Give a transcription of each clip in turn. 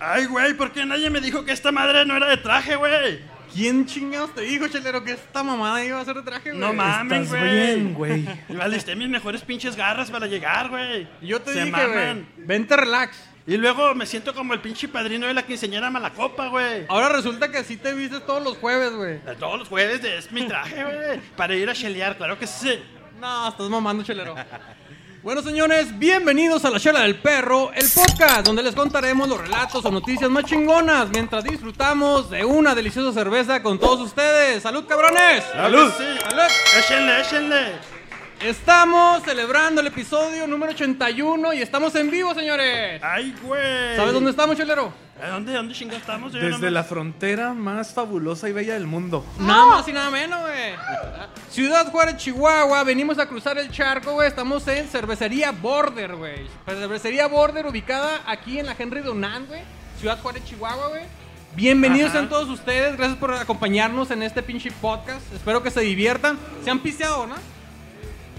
Ay, güey, ¿por qué nadie me dijo que esta madre no era de traje, güey? ¿Quién chingados te dijo, chelero, que esta mamada iba a ser de traje, güey? No mames, Estás güey. bien, güey. Y Alisté mis mejores pinches garras para llegar, güey. Yo te Se dije, güey. maman. Vente relax. Y luego me siento como el pinche padrino de la quinceñera Malacopa, güey. Ahora resulta que así te vistes todos los jueves, güey. A Todos los jueves de- es mi traje, güey. Para ir a chelear, claro que sí. No, estás mamando, chelero. Bueno, señores, bienvenidos a La Chela del Perro, el podcast donde les contaremos los relatos o noticias más chingonas mientras disfrutamos de una deliciosa cerveza con todos ustedes. ¡Salud, cabrones! ¡Salud! Sí. ¡Salud! Échenle, échenle. Estamos celebrando el episodio número 81 y estamos en vivo, señores. Ay, güey. ¿Sabes dónde estamos, chelero? ¿A dónde, dónde chingados estamos? Yo Desde nomás- la frontera más fabulosa y bella del mundo. Nada más y nada menos, güey. Ciudad Juárez, Chihuahua. Venimos a cruzar el charco, güey. Estamos en Cervecería Border, güey. Cervecería Border ubicada aquí en la Henry Donan, güey. Ciudad Juárez, Chihuahua, güey. Bienvenidos Ajá. sean todos ustedes. Gracias por acompañarnos en este pinche podcast. Espero que se diviertan. Se han piseado, ¿no?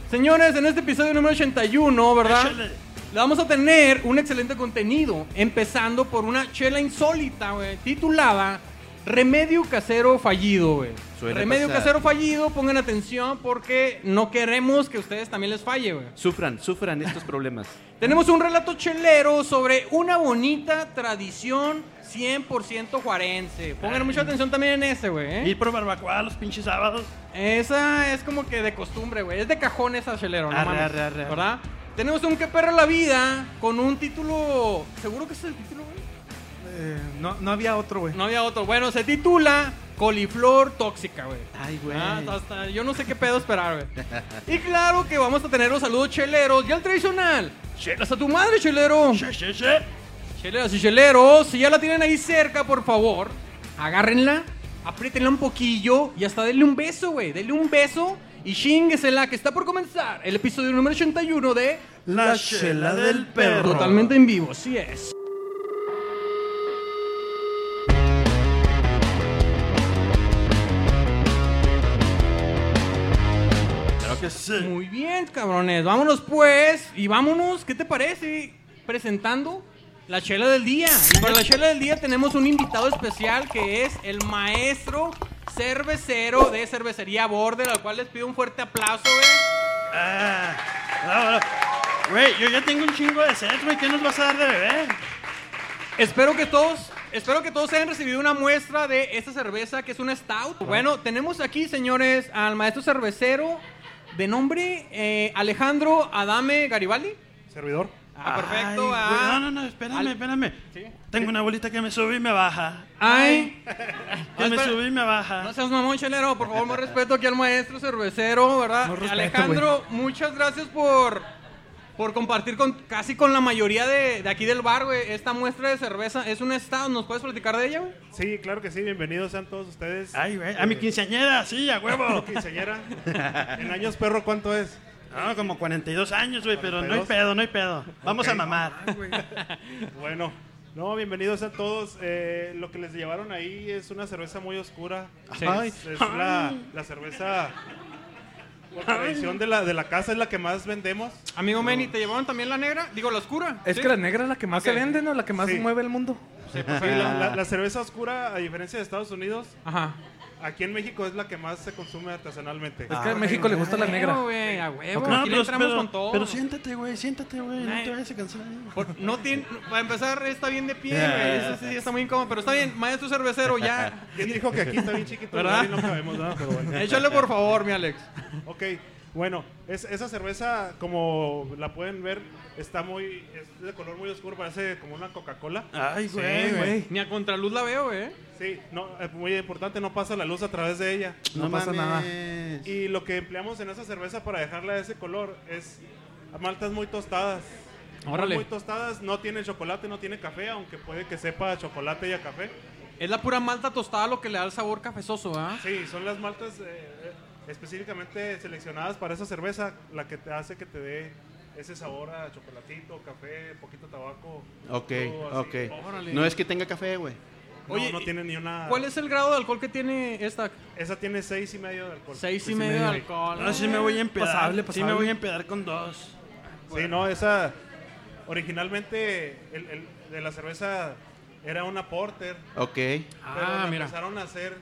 Señores, en este episodio número 81, ¿verdad? Échale. Le vamos a tener un excelente contenido, empezando por una chela insólita, güey, titulada Remedio Casero Fallido, güey. Suele Remedio pasar. Casero Fallido, pongan atención porque no queremos que ustedes también les falle, güey. Sufran, sufran estos problemas. Tenemos un relato chelero sobre una bonita tradición 100% juarense. Pongan mucha atención también en ese, güey. ¿eh? Ir por barbacoa los pinches sábados. Esa es como que de costumbre, güey. Es de cajón esa chelero, no Arre, mames. arre, arre, arre. ¿Verdad? Tenemos un que perro la vida con un título. ¿Seguro que es el título, güey? Eh, no, no había otro, güey. No había otro. Bueno, se titula Coliflor Tóxica, güey. Ay, güey. Ah, hasta- yo no sé qué pedo esperar, güey. Y claro que vamos a tener los saludos cheleros. Ya el tradicional. Chelas a tu madre, chelero. Che, che, che. Cheleras y cheleros, si ya la tienen ahí cerca, por favor, agárrenla, apriétenla un poquillo y hasta denle un beso, güey. Denle un beso y chinguesela, que está por comenzar el episodio número 81 de La chela del perro. Totalmente en vivo, sí es. Claro que sí. Muy bien, cabrones. Vámonos pues y vámonos, ¿qué te parece? Presentando la chela del día. Y para la chela del día tenemos un invitado especial que es el maestro cervecero de Cervecería Border, al cual les pido un fuerte aplauso, güey. Ah, bravo, bravo. Güey, yo ya tengo un chingo de sed, güey. ¿Qué nos vas a dar de beber? Espero que todos, espero que todos hayan recibido una muestra de esta cerveza que es una stout. Bueno, tenemos aquí, señores, al maestro cervecero de nombre eh, Alejandro Adame Garibaldi. Servidor. Ah, perfecto. Ay, ah. güey, No, no, no, espérame, Al- espérame. Tengo una bolita que me sube y me baja. Ay. Que me espera. sube y me No baja. seas mamón, chelero. Por favor, más respeto aquí al maestro cervecero, ¿verdad? Más respeto, Alejandro, muchas gracias por, por compartir con casi con la mayoría de, de aquí del bar, güey. Esta muestra de cerveza es un estado. ¿Nos puedes platicar de ella, güey? Sí, claro que sí, bienvenidos sean todos ustedes. Ay, güey, a mi quinceañera, sí, a huevo. Quinceañera. en años perro, ¿cuánto es? No, como 42 años, güey, pero no hay 42. pedo, no hay pedo. Vamos a mamar. Bueno, no, bienvenidos sean todos. Eh, lo que les llevaron ahí es una cerveza muy oscura. Sí. Ay, Es, es la, la cerveza por tradición de la, de la casa, es la que más vendemos. Amigo Meni, ¿te llevaron también la negra? Digo, la oscura. Es ¿sí? que la negra es la que más Ok. se vende, ¿no? La que más Sí. mueve el mundo. Sí, pues, por Sí, favor. la, la- la cerveza oscura, a diferencia de Estados Unidos, Ajá. aquí en México es la que más se consume artesanalmente. Es que a México le gusta la Huevo, negra. güey, a huevo. Ok. No, Aquí le pero, entramos pero- con todo. pero siéntate, güey, siéntate, güey. No Nah. te vayas a cansar. Por- no tiene, para empezar, está bien de pie, güey. Eso sí, está muy incómodo. Pero está bien, maestro cervecero, ya. ¿Quién dijo que aquí está bien chiquito? ¿Verdad? Y no cabemos, ¿no? Pero bueno. Échale, por favor, mi Alex. Ok, bueno, es- esa cerveza, como la pueden ver, está muy, es de color muy oscuro, parece como una Coca-Cola. Ay, Eh, güey, güey. güey. Ni a contraluz la veo, eh. güey. Sí, no, es muy importante, no pasa la luz a través de ella. No pasa nada. mames. Y lo que empleamos en esa cerveza para dejarla de ese color es maltas muy tostadas. Órale. Muy tostadas, no tiene chocolate, no tiene café, aunque puede que sepa a chocolate y a café. Es la pura malta tostada lo que le da el sabor cafezoso, ¿ah? Sí, son las maltas eh, eh, específicamente seleccionadas para esa cerveza, la que te hace que te dé ese sabor a chocolatito, café, poquito tabaco. Ok, todo ok. así. pues, Órale. No es que tenga café, güey. No, Oye, no tiene ni una. ¿Cuál es el grado de alcohol que tiene esta? Esa tiene seis y medio de alcohol. Seis y medio de alcohol. No, sí Pues me voy a empedar. Pasable, Sí pasable. me voy a empedar con dos. Sí, no, esa originalmente el, el- de la cerveza era una porter. Ok. pero Ah, la mira. empezaron a hacer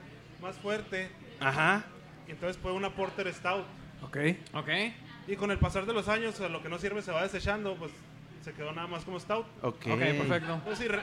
más fuerte Ajá. y entonces fue una porter stout. Ok. Ok. em- Y con el pasar de los años, a lo que no sirve se va desechando, pues se quedó nada más como stout. Ok. Ok, perfecto. Entonces, Pues si, re-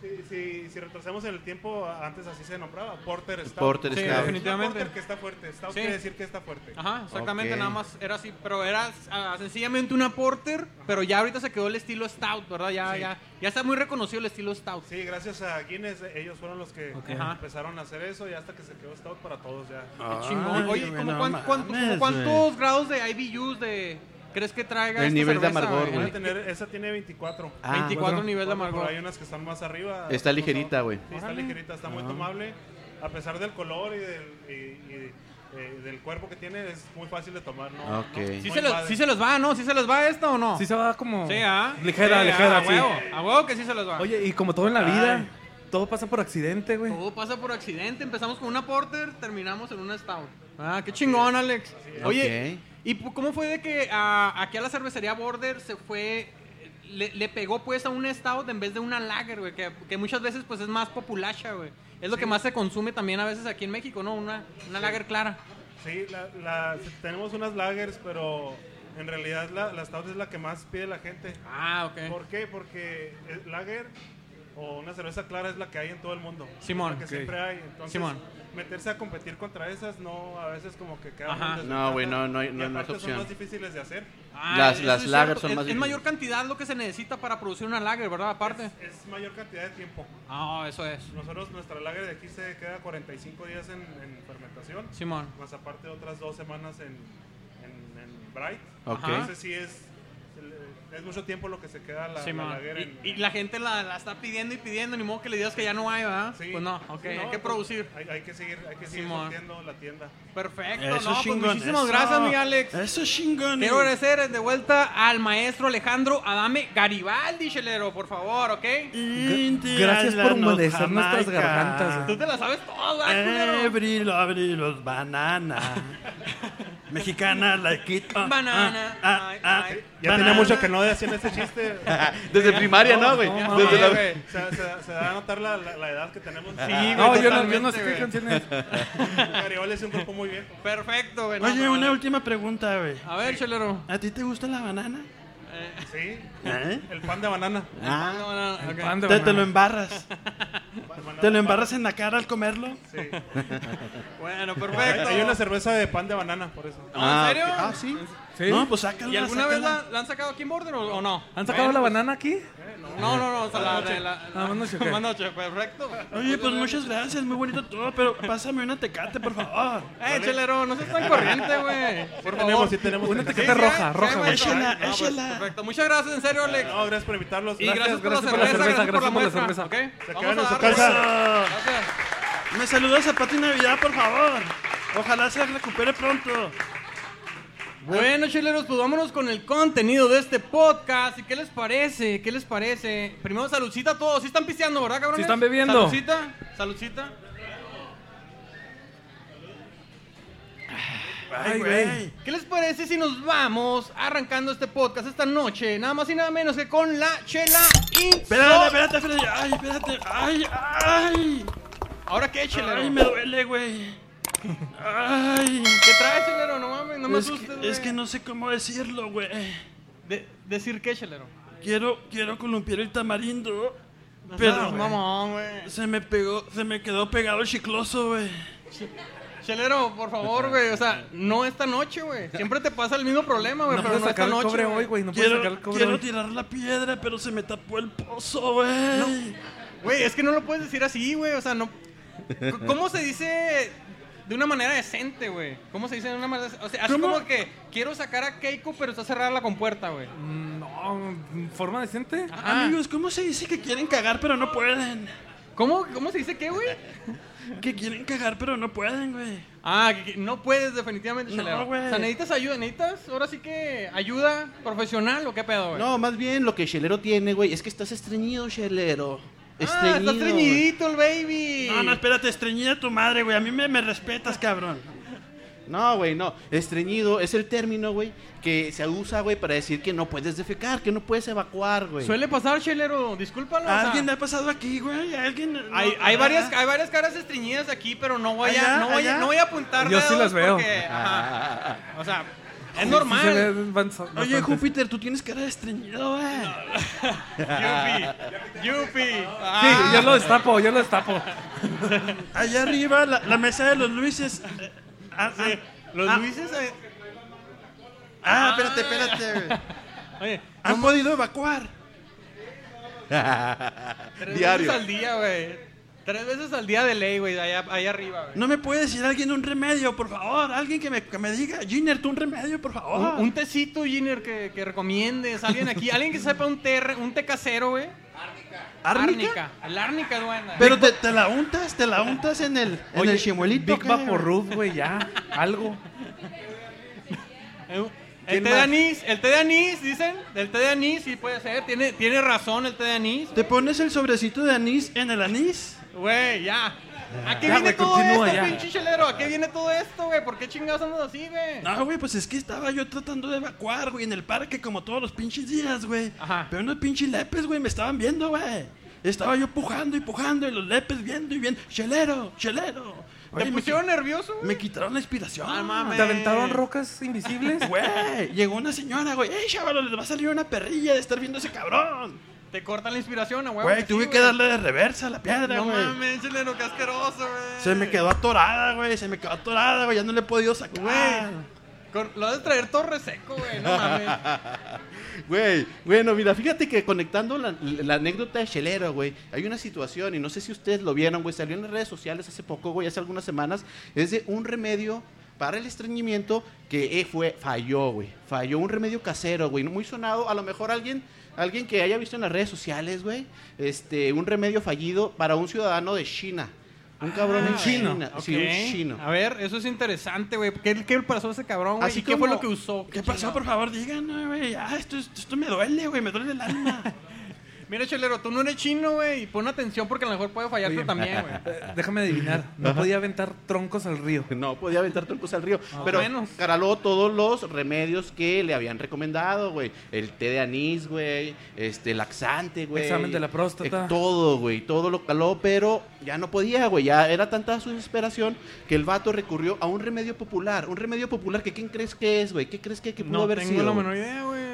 si, si- si retrocedemos en el tiempo, a- antes así se nombraba, porter stout. Porter Sí, Stout. definitivamente. Una Porter que está fuerte, stout Sí. quiere decir que está fuerte. Ajá, exactamente, Ok. nada más era así, pero era ah, sencillamente una porter, pero ya ahorita se quedó el estilo stout, ¿verdad? Ya, Sí. ya, ya está muy reconocido el estilo stout. Sí, gracias a Guinness, eh, ellos fueron los que Ok. Ajá. empezaron a hacer eso y hasta que se quedó stout para todos ya. Ah, Qué chingón. güey, Oye, ¿cómo no cuán- cuán- mames, como güey. cuántos grados de IBUs de, crees que traiga El esta nivel cerveza, de eh? amargor, Van a güey. tener, esa tiene 24. Ah, 24 bueno. nivel de Bueno, pero amargor. hay unas que están más arriba. Está No sé. ligerita, güey. Sí, está ligerita, está muy tomable. A pesar del color y del, y- y, eh, del cuerpo que tiene, es muy fácil de tomar. ¿no? Ok. No, es Sí muy se, los, padre. sí se los va, ¿no? ¿Sí se los va esto o no? Sí se va como... Sí, ¿ah? Ligera, Sí, ligera, a sí. huevo, a huevo que sí se los va. Oye, y como todo en la vida, todo pasa por accidente, güey. Todo pasa por accidente. Empezamos con una porter, terminamos en una stout. Ah, qué chingón, Alex. Oye, Ok. ¿y pu- cómo fue de que ah, aquí a la cervecería Border se fue, le, le pegó pues a una stout en vez de una lager, güey? Que, que muchas veces pues es más populacha, güey. Es lo que más se consume también a veces aquí en México, ¿no? Una, una lager clara. Sí, la- la- tenemos unas lagers, pero en realidad la, la stout es la que más pide la gente. Ah, ok. ¿Por qué? Porque el lager o una cerveza clara es la que hay en todo el mundo. Simón, Es la que ok. siempre hay. Entonces, Simón. meterse a competir contra esas no, a veces como que queda. Ajá. muy No, güey, no, no hay- Y no- no es aparte opción. Son más difíciles de hacer. Ah, Las- eso las es lager cierto. son Es- más es mayor difíciles. cantidad lo que se necesita para producir una lager, ¿verdad? Aparte. Es mayor cantidad de tiempo. Ah, eso es. Nosotros, nuestra lager de aquí se queda 45 días en, en fermentación, Simón. más Pues aparte otras dos semanas en, en, en Bright. Ok. Ajá. Entonces sí es, es mucho tiempo lo que se queda la, Sí, la man. lager y, y en... la gente la, la está pidiendo y pidiendo, ni modo que le digas que ya no hay, ¿verdad? Sí. Pues no, ok, Sí, hay que pues, producir. Hay, hay que seguir, hay que seguir Simón. surtiendo la tienda. Perfecto, Eso no, es pues chingón. muchísimas eso. Eh. gracias, mi Alex. Eso es chingón. Quiero agradecer de vuelta al maestro Alejandro Adame Garibaldi, chelero, por favor, ¿ok? Gra- Gracias por humedecer nuestras gargantas, Tú te la sabes toda, eh. Eh, culero. Every lovely los banana. Mexicana, la quito. Ah, Banana, ay, ay. Ya tenía mucho que no decían este chiste. Desde primaria, ¿no, güey? no, Desde no, la- güey. se, se- se da a notar la, la- la edad que tenemos. Sí, güey. No, yo no, yo Totalmente, no sé güey. qué canciones. Garibaldi es un grupo muy viejo. Perfecto, güey. no, Oye, no, una no. última pregunta, güey. A ver, chelero. ¿A ti te gusta la banana? Sí, ¿Eh? el pan de banana. Ah, No, no, no, ok. Pan de te, te lo banana. embarras. Banana- ¿Te lo embarras en la cara al comerlo? Sí. Bueno, Hay, perfecto. hay una cerveza de pan de banana, por eso. No, Ah, ¿En serio? ok. Ah, sí. ¿Sí? No, pues sácala. ¿Y alguna vez sácala. la, la han sacado aquí en Border o, o no? ¿Han sacado pues, la banana aquí? No, no, no, o sea, la de la. Ah, buenas noches, ok. Buenas noches, perfecto. Oye, pues muchas gracias, muy bonito todo, pero pásame una tecate, por favor. Eh, chelero, no seas tan corriente, güey. Por favor. Tenemos, sí tenemos. Una cerveza. etiqueta roja, sí, roja, güey, güey. Échala, no, pues, échala. Perfecto, muchas gracias, en serio, Alex. No, gracias por invitarlos. y gracias, por, gracias la cerveza, gracias por la cerveza, muestra. gracias ¿ok? por la Se Vamos quedan en a su darle. casa. Eso. Gracias. Me saludas a Pati Navidad, por favor. Ojalá se recupere pronto. Bueno, chileros, pues vámonos con el contenido de este podcast. ¿Y qué les parece? ¿Qué les parece? Primero, saludcita a todos. Sí están pisteando, ¿verdad, cabrones? Sí están bebiendo. Saludcita, saludcita. Ay, güey. ¿Qué les parece si nos vamos arrancando este podcast esta noche? Nada más y nada menos que con la chela Espérate, Insol. espérate, espérate. Ay, espérate. Ay, ay. Ahora qué, chelero. Ay, me duele, güey. Ay. ¿Qué traes, chelero? No mames, no me es, asustes. que, es güey. que no sé cómo decirlo, güey. De- decir qué, chelero. Quiero, quiero columpiar el tamarindo. Pero No, mamón, güey. se me pegó, se me quedó pegado el chicloso, güey. Chelero, por favor, güey. O sea, no esta noche, güey. Siempre te pasa el mismo problema, güey. No pero puedes no esta sacar el noche. cobre hoy, güey. No puedes sacar el Quiero, cobre quiero hoy. tirar la piedra, pero se me tapó el pozo, güey. Güey, es que no lo puedes decir así, güey. O sea, no. C- ¿Cómo se dice de una manera decente, güey? ¿Cómo se dice de una manera decente? O sea, así ¿Cómo? como que quiero sacar a Keiko, pero está cerrada la compuerta, güey. Mm, No, ¿forma decente? Ajá. Amigos, ¿cómo se dice que quieren cagar pero no pueden? ¿Cómo, ¿Cómo se dice qué, güey? Que quieren cagar pero no pueden, güey. Ah, que- que no puedes definitivamente, No, chelero. güey. o sea, necesitas ayuda, necesitas ahora sí que ayuda profesional o qué pedo, güey. No, más bien lo que Chelero tiene, güey, es que estás estreñido, Chelero. Ah, Estreñido. está güey. estreñidito el baby. No, no, espérate, estreñida tu madre, güey. A mí me, me respetas, cabrón. No, güey, no. Estreñido es el término, güey, que se usa, güey, para decir que no puedes defecar, que no puedes evacuar, güey. Suele pasar, chelero, discúlpalo. o sea, ¿Alguien le ha pasado aquí, güey? ¿Alguien? No, hay, ah, hay, varias, hay varias caras estreñidas aquí, pero no voy, Allá, a, no voy, a- allá. no voy a apuntar Yo sí dedos las veo. porque, ajá, Ah, ah, o sea, es Sí, normal. sí se ve bans- Oye, bastantes. Júpiter, tú tienes cara de estreñido, güey. Yupi, yupi. Sí, Ah, yo lo destapo, yo lo destapo. Allá arriba, la, la mesa de los Luises. Eh, ah, ah, Los ah, Luises, eh, Ah, espérate, espérate, güey. oye, ¿Han podido evacuar? tres Diario. veces al día, güey. Tres veces al día de ley, güey, allá, allá arriba, güey. ¿No me puede decir alguien un remedio, por favor? Alguien que me, que me diga, Giner, tú un remedio, por favor. Un, un tecito, Giner, que, que recomiendes. Alguien aquí, alguien que sepa un té, un té casero, güey. ¿Árnica? El árnica, duana. Pero te, te la untas, te la untas en el, en el chimuelito. Big ¿qué? Vaporub, güey, ya. Algo. El- Eh, El ¿Quién té de más? anís, el té de anís, dicen. El té de anís, sí puede ser. Tiene, tiene razón el té de anís. ¿Te pones el sobrecito de anís en el anís? Güey, ya. ¿A qué Ya, viene güey, todo continúa, esto, ya. pinche chelero? ¿A qué viene todo esto, güey? ¿Por qué chingados andas así, güey? No, güey, pues es que estaba yo tratando de evacuar, güey, en el parque como todos los pinches días, güey. Ajá. Pero unos pinches lepes, güey, me estaban viendo, güey. Estaba yo pujando y pujando y los lepes viendo y viendo. Chelero, chelero. ¿Te Oye, me pusieron qui- nervioso, me, güey? quitaron la inspiración. Ah, mames. ¿Te aventaron rocas invisibles? Güey, llegó una señora, güey. ¡Ey, chaval, les va a salir una perrilla de estar viendo ese cabrón! Te cortan la inspiración, a huevo. Güey, pues sí, tuve que darle de reversa a la piedra, No güey. mames, chelero, qué asqueroso, güey. se me quedó atorada, güey. Se me quedó atorada, güey. Ya no le he podido sacar. Güey. Con- Lo has de traer todo reseco, güey. No mames. Güey, bueno, mira, fíjate que conectando la, la anécdota de Chelero, güey, hay una situación, y no sé si ustedes lo vieron, güey, salió en las redes sociales hace poco, güey, hace algunas semanas, es de un remedio para el estreñimiento que eh, fue, falló, güey, falló un remedio casero, güey, muy sonado, a lo mejor alguien, alguien que haya visto en las redes sociales, güey, este, un remedio fallido para un ciudadano de China, un cabrón Ah, en China, sí, Ok. un chino. A ver, eso es interesante, güey. ¿Qué, ¿Qué le pasó a ese cabrón, güey? Así ¿Y qué fue como- lo que usó? ¿Qué pasó? Por favor, díganme, güey. Ah, esto, esto, esto me duele, güey. Me duele el alma. Mira, chelero, tú no eres chino, güey. Y pon atención porque a lo mejor puede fallarte Oye. también, güey. Eh, Déjame adivinar. No podía aventar troncos al río. No, podía aventar troncos al río. Ah, pero menos. caraló todos los remedios que le habían recomendado, güey. El té de anís, güey. Este, laxante, güey. Examen de la próstata. Eh, todo, güey. Todo lo caló, pero ya no podía, güey. Ya era tanta su desesperación que el vato recurrió a un remedio popular. Un remedio popular que ¿quién crees que es, güey? ¿Qué crees que, que pudo No haber tengo sido? la güey? menor idea, güey.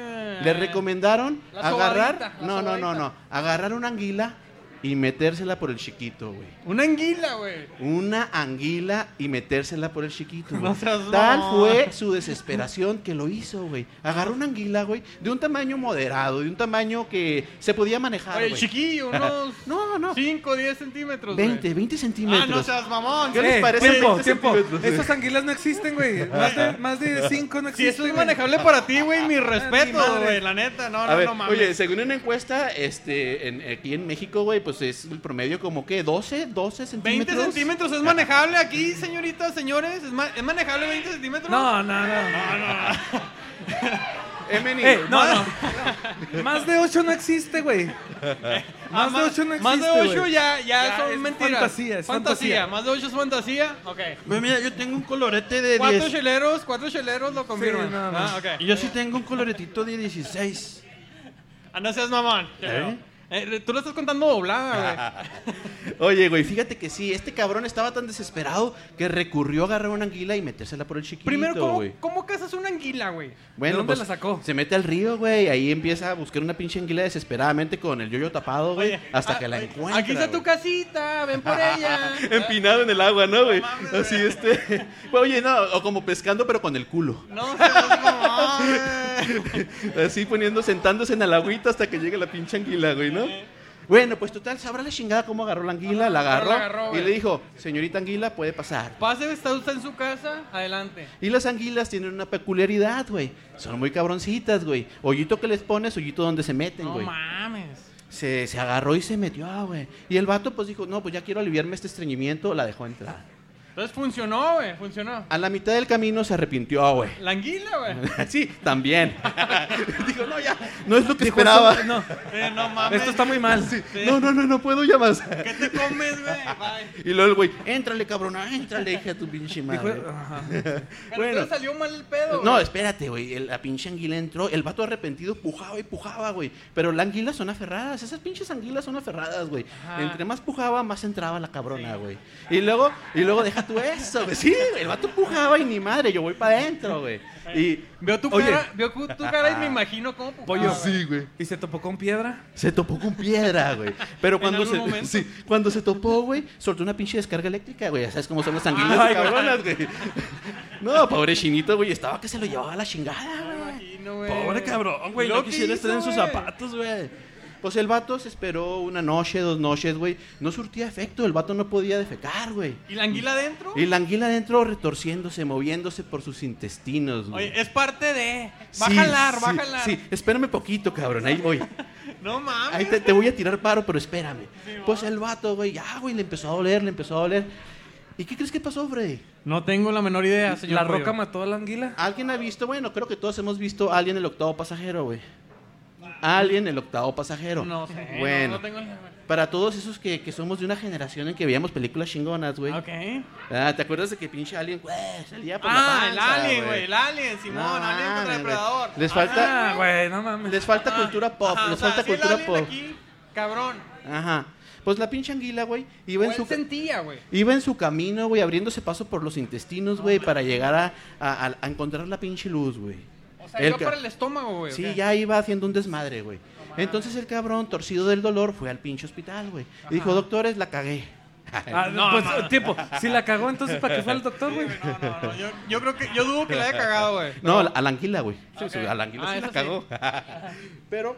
Le recomendaron La agarrar. sobadita, la no, no, no, sobadita. no. Agarrar una anguila y metérsela por el chiquito, güey Una anguila, güey. una anguila y metérsela por el chiquito. güey. No seas Tal mamón. fue su desesperación que lo hizo, güey. Agarró una anguila, güey, de un tamaño moderado, de un tamaño que se podía manejar, Oye, Ah, güey. chiquillo, unos No, no. 5, 10 centímetros, güey. 20, 20 Ah, centímetros. no seas mamón. ¿Qué les Eh, parece este Tiempo, 20 tiempo. centímetros? Esas anguilas no existen, güey. Más de, más de cinco no Si existen. eso es güey. manejable para ti, güey, mi respeto, madre. güey. La neta, no, A no, ver, no mames. oye, según una encuesta, este, en- aquí en México, güey, pues es el promedio como que 12, 12 20 centímetros. centímetros es manejable aquí, señoritas, señores. ¿Es, ma- ¿es manejable 20 centímetros? No, no, no. no. Emeni, Eh, no, no. Más de ocho no existe, güey. Ah, Más de ocho no existe, Más de 8 güey. ya, ya, Ya, son es mentiras. fantasía, es fantasía. Más de 8 es fantasía. Ok. Güey, mira, yo tengo un colorete de Cuatro 10. cheleros, cuatro cheleros lo confirman. no, no. Ah, ok. Y yo sí tengo un coloretito de 16. Ah, no seas mamón. chelero. Eh, tú lo estás contando doblada, Ah, güey. Oye, güey, fíjate que sí, este cabrón estaba tan desesperado que recurrió a agarrar una anguila y metérsela por el chiquito, Primero, ¿cómo, güey. ¿cómo cazas una anguila, güey? Bueno, pues, ¿De dónde la sacó? Se mete al río, güey. Ahí empieza a buscar una pinche anguila desesperadamente con el yoyo tapado, güey. Oye, Hasta ah, que la oye, encuentra. Aquí está güey. tu casita, ven por ella. Empinado en el agua, ¿no, güey? Así este. Oye, no, o como pescando, pero con el culo. No seas mamón, güey. Así poniendo, sentándose en el agüita hasta que llegue la pinche anguila, güey, ¿no? Bueno, pues total, sabrá la chingada cómo agarró la anguila, Pero la agarró, Ah, la agarró, y güey. le dijo, señorita anguila, puede pasar. Pase, está usted en su casa, adelante. Y las anguilas tienen una peculiaridad, güey. Son muy cabroncitas, güey. Hoyito que les pones, hoyito donde se meten, No güey. mames. se, se agarró y se metió, ah, güey. Y el vato pues dijo, no, pues ya quiero aliviarme este estreñimiento, la dejó entrar. Entonces funcionó, güey, funcionó. A la mitad del camino se arrepintió, ah, güey. La anguila, güey. Sí, también. Dijo, no, ya, no es lo que esperaba. No, Eh, no mames. esto está muy mal. No, no, no, no puedo ya más. ¿Qué te comes, güey? Bye. Y luego el güey, éntrale, cabrona, éntrale, hija de tu pinche madre. Pero Bueno. entonces salió mal el pedo. No, güey. espérate, güey. el- La pinche anguila entró. El vato arrepentido pujaba y pujaba, güey. Pero la anguila son aferradas. Esas pinches anguilas son aferradas, güey. Ajá. Entre más pujaba, más entraba la cabrona, güey. Y luego, y luego deja tú eso, güey. Sí, güey, el vato pujaba y ni madre, yo voy para adentro, güey. Y. Veo tu Oye. cara, veo cu- tu cara y me imagino cómo. pujaba, Pollo. güey. Sí, güey. ¿Y se topó con piedra? Se topó con piedra, güey. Pero cuando algún se, momento. sí, cuando se topó, güey, soltó una pinche descarga eléctrica, güey. Ya ¿Sabes cómo son las anguilas Ay, cabronas, güey? No, pobre chinito, güey. Estaba que se lo llevaba a la chingada, güey. Imagino, güey. Pobre cabrón, güey. Lo No que quisiera estar hizo, en sus güey. zapatos, güey. Pues el vato se esperó una noche, dos noches, güey. No surtía efecto, el vato no podía defecar, güey. ¿Y la anguila adentro? Y la anguila adentro retorciéndose, moviéndose por sus intestinos, güey. Oye, es parte de. Va Sí, a jalar, sí, va a jalar. Sí, espérame poquito, cabrón. Ahí voy. No mames. Ahí te, te voy a tirar paro, pero espérame. Pues el vato, güey, ya, güey, le empezó a doler, le empezó a doler. ¿Y qué crees que pasó, Freddy? No tengo la menor idea, señor. ¿La roca Pollo. mató a la anguila? ¿Alguien ha visto? Bueno, creo que todos hemos visto Alien el octavo pasajero, güey. Ah. Alien el octavo pasajero. No sé. no- Bueno. No, tengo la- Para todos esos que, que somos de una generación en que veíamos películas chingonas, güey. Ok. Ah, ¿te acuerdas de que pinche Alien, güey, salía por Ah, la el panza, alien, güey. El alien, Simón. No alien contra mames, el depredador. güey. Les falta, Ah, güey, no mames. les falta cultura pop, Ajá, les o sea, falta sí, el cultura alien pop. aquí, cabrón. Ajá. Pues la pinche anguila, güey, iba en ¿Cuál su... ca- sentía, güey? Iba en su camino, güey, abriéndose paso por los intestinos, güey, para llegar a, a- a- a encontrar la pinche luz, güey. O sea, El iba ca- para el estómago, güey. ¿o Sí, qué? ya iba haciendo un desmadre, güey. Entonces el cabrón, torcido del dolor, fue al pinche hospital, güey. Y dijo, doctores, la cagué. Ah, No, pues, mames. tiempo. Si la cagó, entonces, ¿para qué fue al doctor, güey? No, no, no. Yo, yo creo que. Yo dudo que la haya cagado, güey. No, a la- a la anguila, güey. Sí, Ok. sí, a la anguila Ah, sí eso la sí. cagó. Pero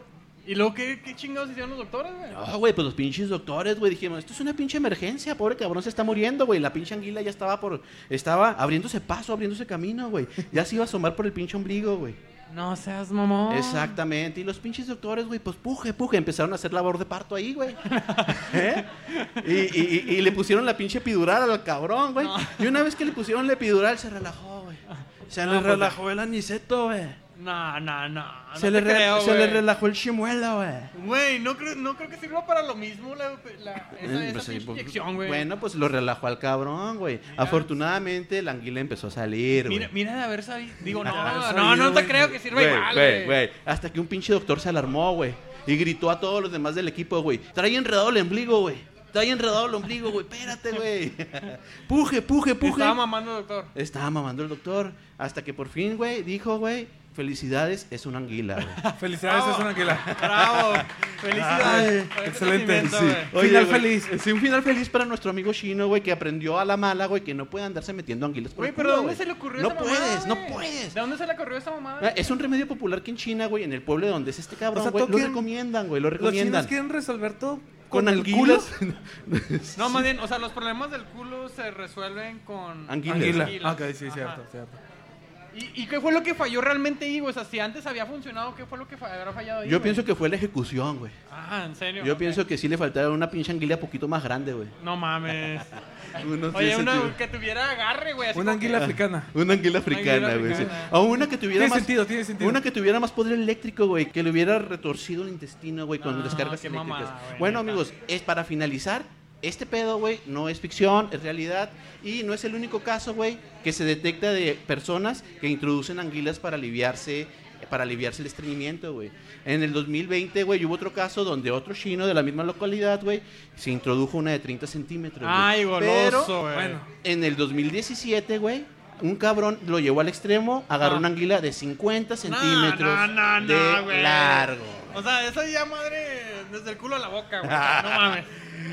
¿Y luego qué, qué chingados hicieron los doctores, güey? No, güey, pues los pinches doctores, güey, dijimos, esto es una pinche emergencia, pobre cabrón, se está muriendo, güey. La pinche anguila ya estaba por, estaba abriéndose paso, abriéndose camino, güey. Ya se iba a asomar por el pinche ombligo, güey. No seas mamón. Exactamente. Y los pinches doctores, güey, pues puje, puje, empezaron a hacer labor de parto ahí, güey. ¿Eh? Y, y- y- y le pusieron la pinche epidural al cabrón, güey. Y una vez que le pusieron la epidural, se relajó, güey. Se pues, le relajó el aniceto, güey. No, no, Ah, no. no se le, te re- creo, se le güey. relajó el chimuelo, güey. Güey, no creo, no creo que sirva para lo mismo la, la- esa, Eh, esa pues, sí, pinche pues, inyección, güey. Bueno, pues lo relajó al cabrón, güey. Afortunadamente, la anguila empezó a salir, güey. mira, mira de haber sabido. Digo, no, Ah, no, no, soy yo, te güey. creo que sirva Güey, igual, güey, güey. güey. Hasta que un pinche doctor se alarmó, güey. Y gritó a todos los demás del equipo, güey. Trae enredado el ombligo, güey. Trae enredado el ombligo, güey. Espérate, güey. Puje, puje, puje. Estaba mamando, doctor. Estaba mamando el doctor. Hasta que por fin, güey, dijo, güey, felicidades, es una anguila, güey. Felicidades, es una anguila. Bravo. Felicidades. Ay, por este excelente, nacimiento, sí. güey. Final güey, feliz. Sí, un final feliz para nuestro amigo chino, güey, que aprendió a la mala, güey, que no puede andarse metiendo anguilas por el Güey, pero culo, ¿de dónde güey. se le ocurrió No esa puedes, mamada? no güey? puedes. ¿De dónde se le ocurrió esa mamada? Ah, Es un remedio popular que en China, güey, en el pueblo de donde es este cabrón, O sea, güey. ¿tú lo quién- recomiendan, güey, lo Los chinos recomiendan. quieren resolver todo Con el anguilas. culo. No, más bien, o sea, los problemas del culo se resuelven con. Anguilas. Anguila. Anguila. Ah, Ok, sí, cierto, Ajá. cierto. ¿Y, y qué fue lo que falló realmente ahí, güey? O sea, si antes había funcionado, ¿qué fue lo que fa- habrá fallado ahí? Yo pienso que fue la ejecución, güey. Ah, en serio. Yo Ok. pienso que sí le faltaba una pinche anguila poquito más grande, güey. No mames. Unos Oye, 10 una centímetros. que tuviera agarre, güey. así Una como que- anguila africana. Una anguila africana, anguila güey. sí. africana. O una que tuviera Tiene más sentido, tiene sentido. una que tuviera más poder eléctrico, güey, que le hubiera retorcido el intestino, güey, con No, descargas qué eléctricas. mamada, güey, bueno, neta. amigos, es para finalizar este pedo, güey, no es ficción, es realidad y no es el único caso, güey, que se detecta de personas que introducen anguilas para aliviarse para aliviarse el estreñimiento, güey. En el 2020, güey, hubo otro caso donde otro chino de la misma localidad, güey, se introdujo una de 30 centímetros. güey. Ay, Pero- goloso, güey. Bueno, en el 2017, güey, un cabrón lo llevó al extremo, agarró Ah. una anguila de 50 centímetros no, no, no, de güey. largo. O sea, esa ya madre desde el culo a la boca, güey. No mames.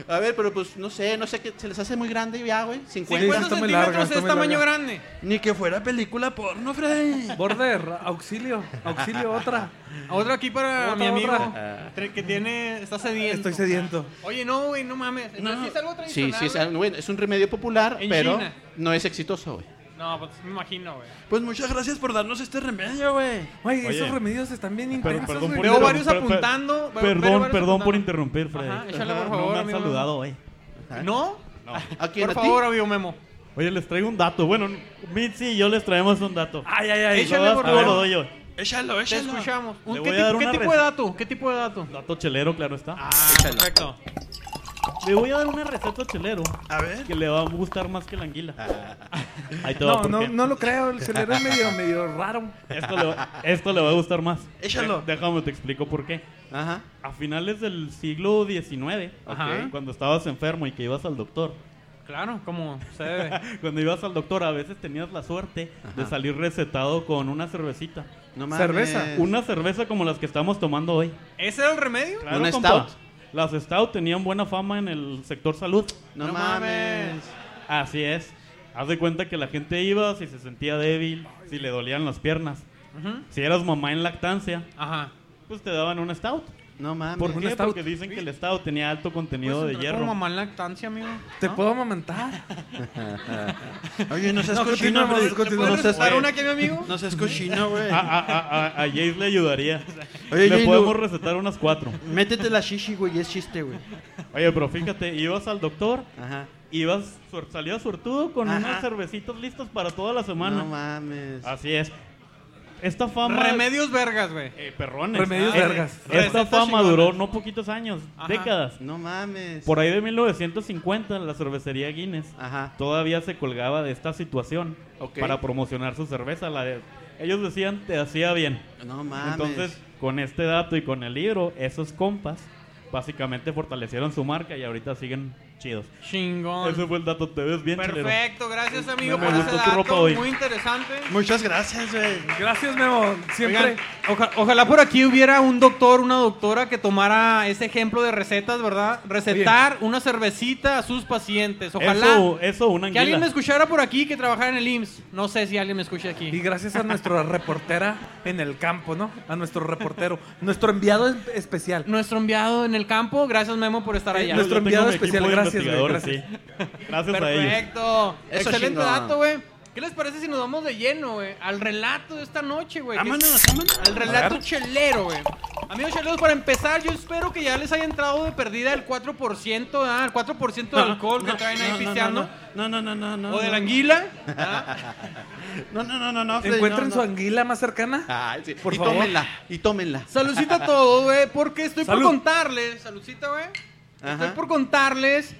A ver, pero pues no sé, no sé qué, se les hace muy grande ya, güey. 50. 50 está muy centímetros larga, está es muy tamaño larga. grande. Ni que fuera película porno, Freddy. border, auxilio, auxilio, otra. Otro aquí para Otra, mi amigo otra. tre- que tiene. Está sediento. Estoy sediento. Oye, no, güey, no mames. Entonces, No. sí es algo Sí, tradicional. sí, es, güey? algo- bueno, es un remedio popular, En pero China. no es exitoso, güey. No, pues me imagino, güey. Pues muchas gracias por darnos este remedio, güey. Güey, Oye. esos remedios están bien Pero- intensos, perdón güey. por Veo interrum- varios per- per- apuntando, veo- veo Perdón, varios perdón por apuntando. interrumpir, Freddy. Ajá, échale, por Ajá, favor, No me han amigo. saludado hoy. ¿No? ¿A quién Por a ti? favor, amigo Memo. Oye, les traigo un dato. Bueno, Mitzi y yo les traemos un dato. Ay, ay, ay. Échale, No, por a ver, favor. lo doy yo. Échalo, Te échalo. escuchamos. Un- Le ¿Qué, voy a ti- dar qué una tipo de receta. dato? ¿Qué tipo de dato? Dato chelero, claro está. Ah, Échalo. perfecto. Le voy a dar una receta chelero A ver. que le va a gustar más que la anguila. Ahí te va, No, ¿por no, qué? no lo creo. El chelero es medio, medio raro. Esto, le va, esto le va a gustar más. Échalo. De- déjame te explico por qué. Ajá. A finales del siglo XIX, Ajá. ok, cuando estabas enfermo y que ibas al doctor, Claro, como se debe. cuando ibas al doctor a veces tenías la suerte de salir recetado con una cervecita. No Cerveza, mames. Una cerveza como las que estamos tomando hoy. ¿Ese era el remedio? Claro, Una compa. stout. Las stout tenían buena fama en el sector salud. No, No mames. mames. Así es. Haz de cuenta que la gente iba si se sentía débil, si le dolían las piernas. Ujú. Si eras mamá en lactancia, Ajá. pues te daban una stout. No mames. ¿Por Una qué? stout. Porque dicen que el stout tenía alto contenido Puedes de entrar hierro. Pues, Ah, Como mamá en lactancia, amigo. Te ¿No? puedo amamantar. Oye, no seas cochino, No, continuamos, güey. continuamos. ¿Te ¿Puedes puedes recetar recetar una aquí, mi amigo? una? No seas cochino, güey. A, a, a, a- a Jace le ayudaría. Oye, le Jace, podemos no- recetar unas cuatro. Métete la shishi, güey. Es chiste, güey. Oye, pero fíjate, ibas al doctor, Ajá. ibas, suer- salías suertudo con Ajá. unas cervecitas listas para toda la semana. No mames. Así es. Esta fama. Remedios vergas, güey. Eh, perrones. Remedios Eh, vergas. Esta Recetas fama chingonas. duró no poquitos años, Ajá. décadas. No mames. Por ahí de 1950, la cervecería Guinness Ajá. todavía se colgaba de esta situación Ok. para promocionar su cerveza. La de- ellos decían, te hacía bien. No mames. Entonces, con este dato y con el libro, esos compas básicamente fortalecieron su marca y ahorita siguen chidos. Chingón. Ese fue el dato, te ves bien, chelero. Perfecto, gracias amigo Me por ese gustó tu ropa dato, hoy. muy interesante. Muchas gracias, güey. Gracias, Memo. Siempre. Oigan, oja- ojalá por aquí hubiera un doctor, una doctora que tomara ese ejemplo de recetas, ¿verdad? Recetar una cervecita a sus pacientes. Ojalá Eso, eso, una que alguien me anguila. escuchara por aquí que trabajara en el IMSS. No sé si alguien me escuche Y aquí. gracias a nuestra reportera en el campo, ¿no? A nuestro reportero. Nuestro enviado es- especial. Nuestro enviado en el campo, gracias Memo por estar allá. Yo nuestro tengo enviado mi especial, equipo de gracias, güey, investigadores, sí. Gracias a ellos. Perfecto. Eso Excelente chingón. dato, güey. ¿Qué les parece si nos vamos de lleno, güey? Al relato de esta noche, güey. que es- Vámonos, vámonos. Al A relato ver. chelero, güey. Amigos cheleros, para empezar, yo espero que ya les haya entrado de perdida el 4%, ¿ah? El 4% de alcohol que traen ahí pisteando. No, no, no, no, no. O de la no. anguila. ¿ah? No, no, no, no, no. Freddy, Encuentren no, su no. anguila más Ah. cercana. Ay, sí. Por y favor. tómenla. Y tómenla. Saludcita a todos, güey, porque estoy Salud. por contarles. Saludcita, güey. Estoy Ajá. por contarles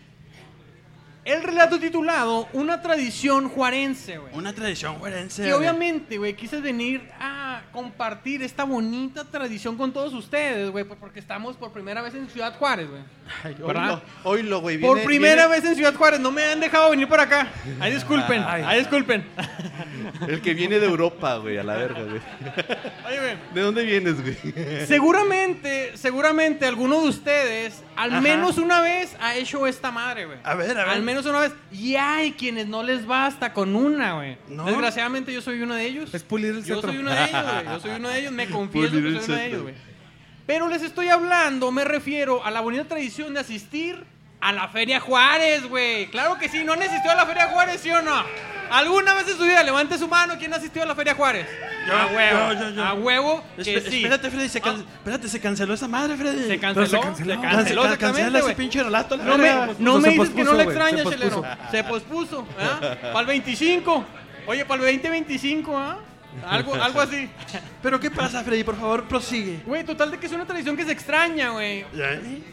el relato titulado Una tradición juarense, güey. Una tradición juerense. Y obviamente, güey, quise venir a compartir esta bonita tradición con todos ustedes, güey, por- porque estamos por primera vez en Ciudad Juárez, güey. Ay, ¿Verdad? oílo, oílo, güey. Por viene- primera viene- vez en Ciudad Juárez, no me han dejado venir por acá. Ahí disculpen, Ay. ahí disculpen. El que viene de Europa, güey, a la verga, güey. Oye, güey, ¿De dónde vienes, güey? seguramente, seguramente alguno de ustedes al menos una vez ha hecho esta madre, güey. A ver, a ver. Al menos una vez. Y hay quienes no les basta con una, güey. No. Desgraciadamente yo soy uno de ellos. Es pulir el Yo centro. soy uno de ellos, güey. Yo soy uno de ellos. Me confieso que Pulir soy el uno de centro. ellos, güey. Pero les estoy hablando, me refiero a la bonita tradición de asistir a la Feria Juárez, güey. Claro que sí, ¿no han asistido a la Feria Juárez, sí o no? ¿Alguna vez en su vida levante su mano quién asistió a la Feria Juárez? Yo, a huevo, yo, yo, yo. a huevo que Espe- sí. Espérate, Freddy, se can- espérate, se canceló esa madre, Freddy. Ah. Se canceló, se Se canceló, canceló. Cancela- exactamente, cancela ese güey. pinche relato. la No verga. me, no Se me dices que pospuso, no la güey, extrañas, se chelero. pospuso. Se pospuso, ¿verdad? Para el 25. Oye, para el 2025, ¿ah? Algo, algo así. Pero ¿qué pasa, Freddy? Por favor, prosigue. Güey, total de que es una tradición que se extraña, güey. ¿Eh?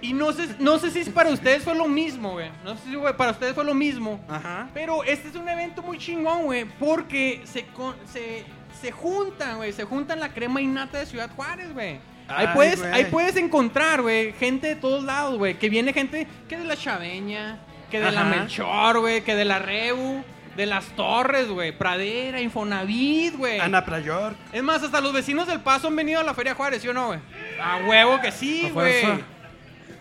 Y no sé, no sé si para ustedes fue lo mismo, güey. No sé si güey, para ustedes fue lo mismo. Ajá. Pero este es un evento muy chingón, güey. Porque se, con- se, se juntan, güey. Se juntan la crema y nata de Ciudad Juárez, güey. Ahí Ay, puedes, güey. ahí puedes encontrar, güey, gente de todos lados, güey. Que viene gente que de la Chaveña, que de la Ajá. Melchor, güey, que de la Rebu, de las Torres, güey. Pradera, Infonavit, güey. Ana Prayor. Es más, hasta los vecinos del Paso han venido a la Feria Juárez, ¿sí o no, güey? A huevo que sí, A güey. fuerza.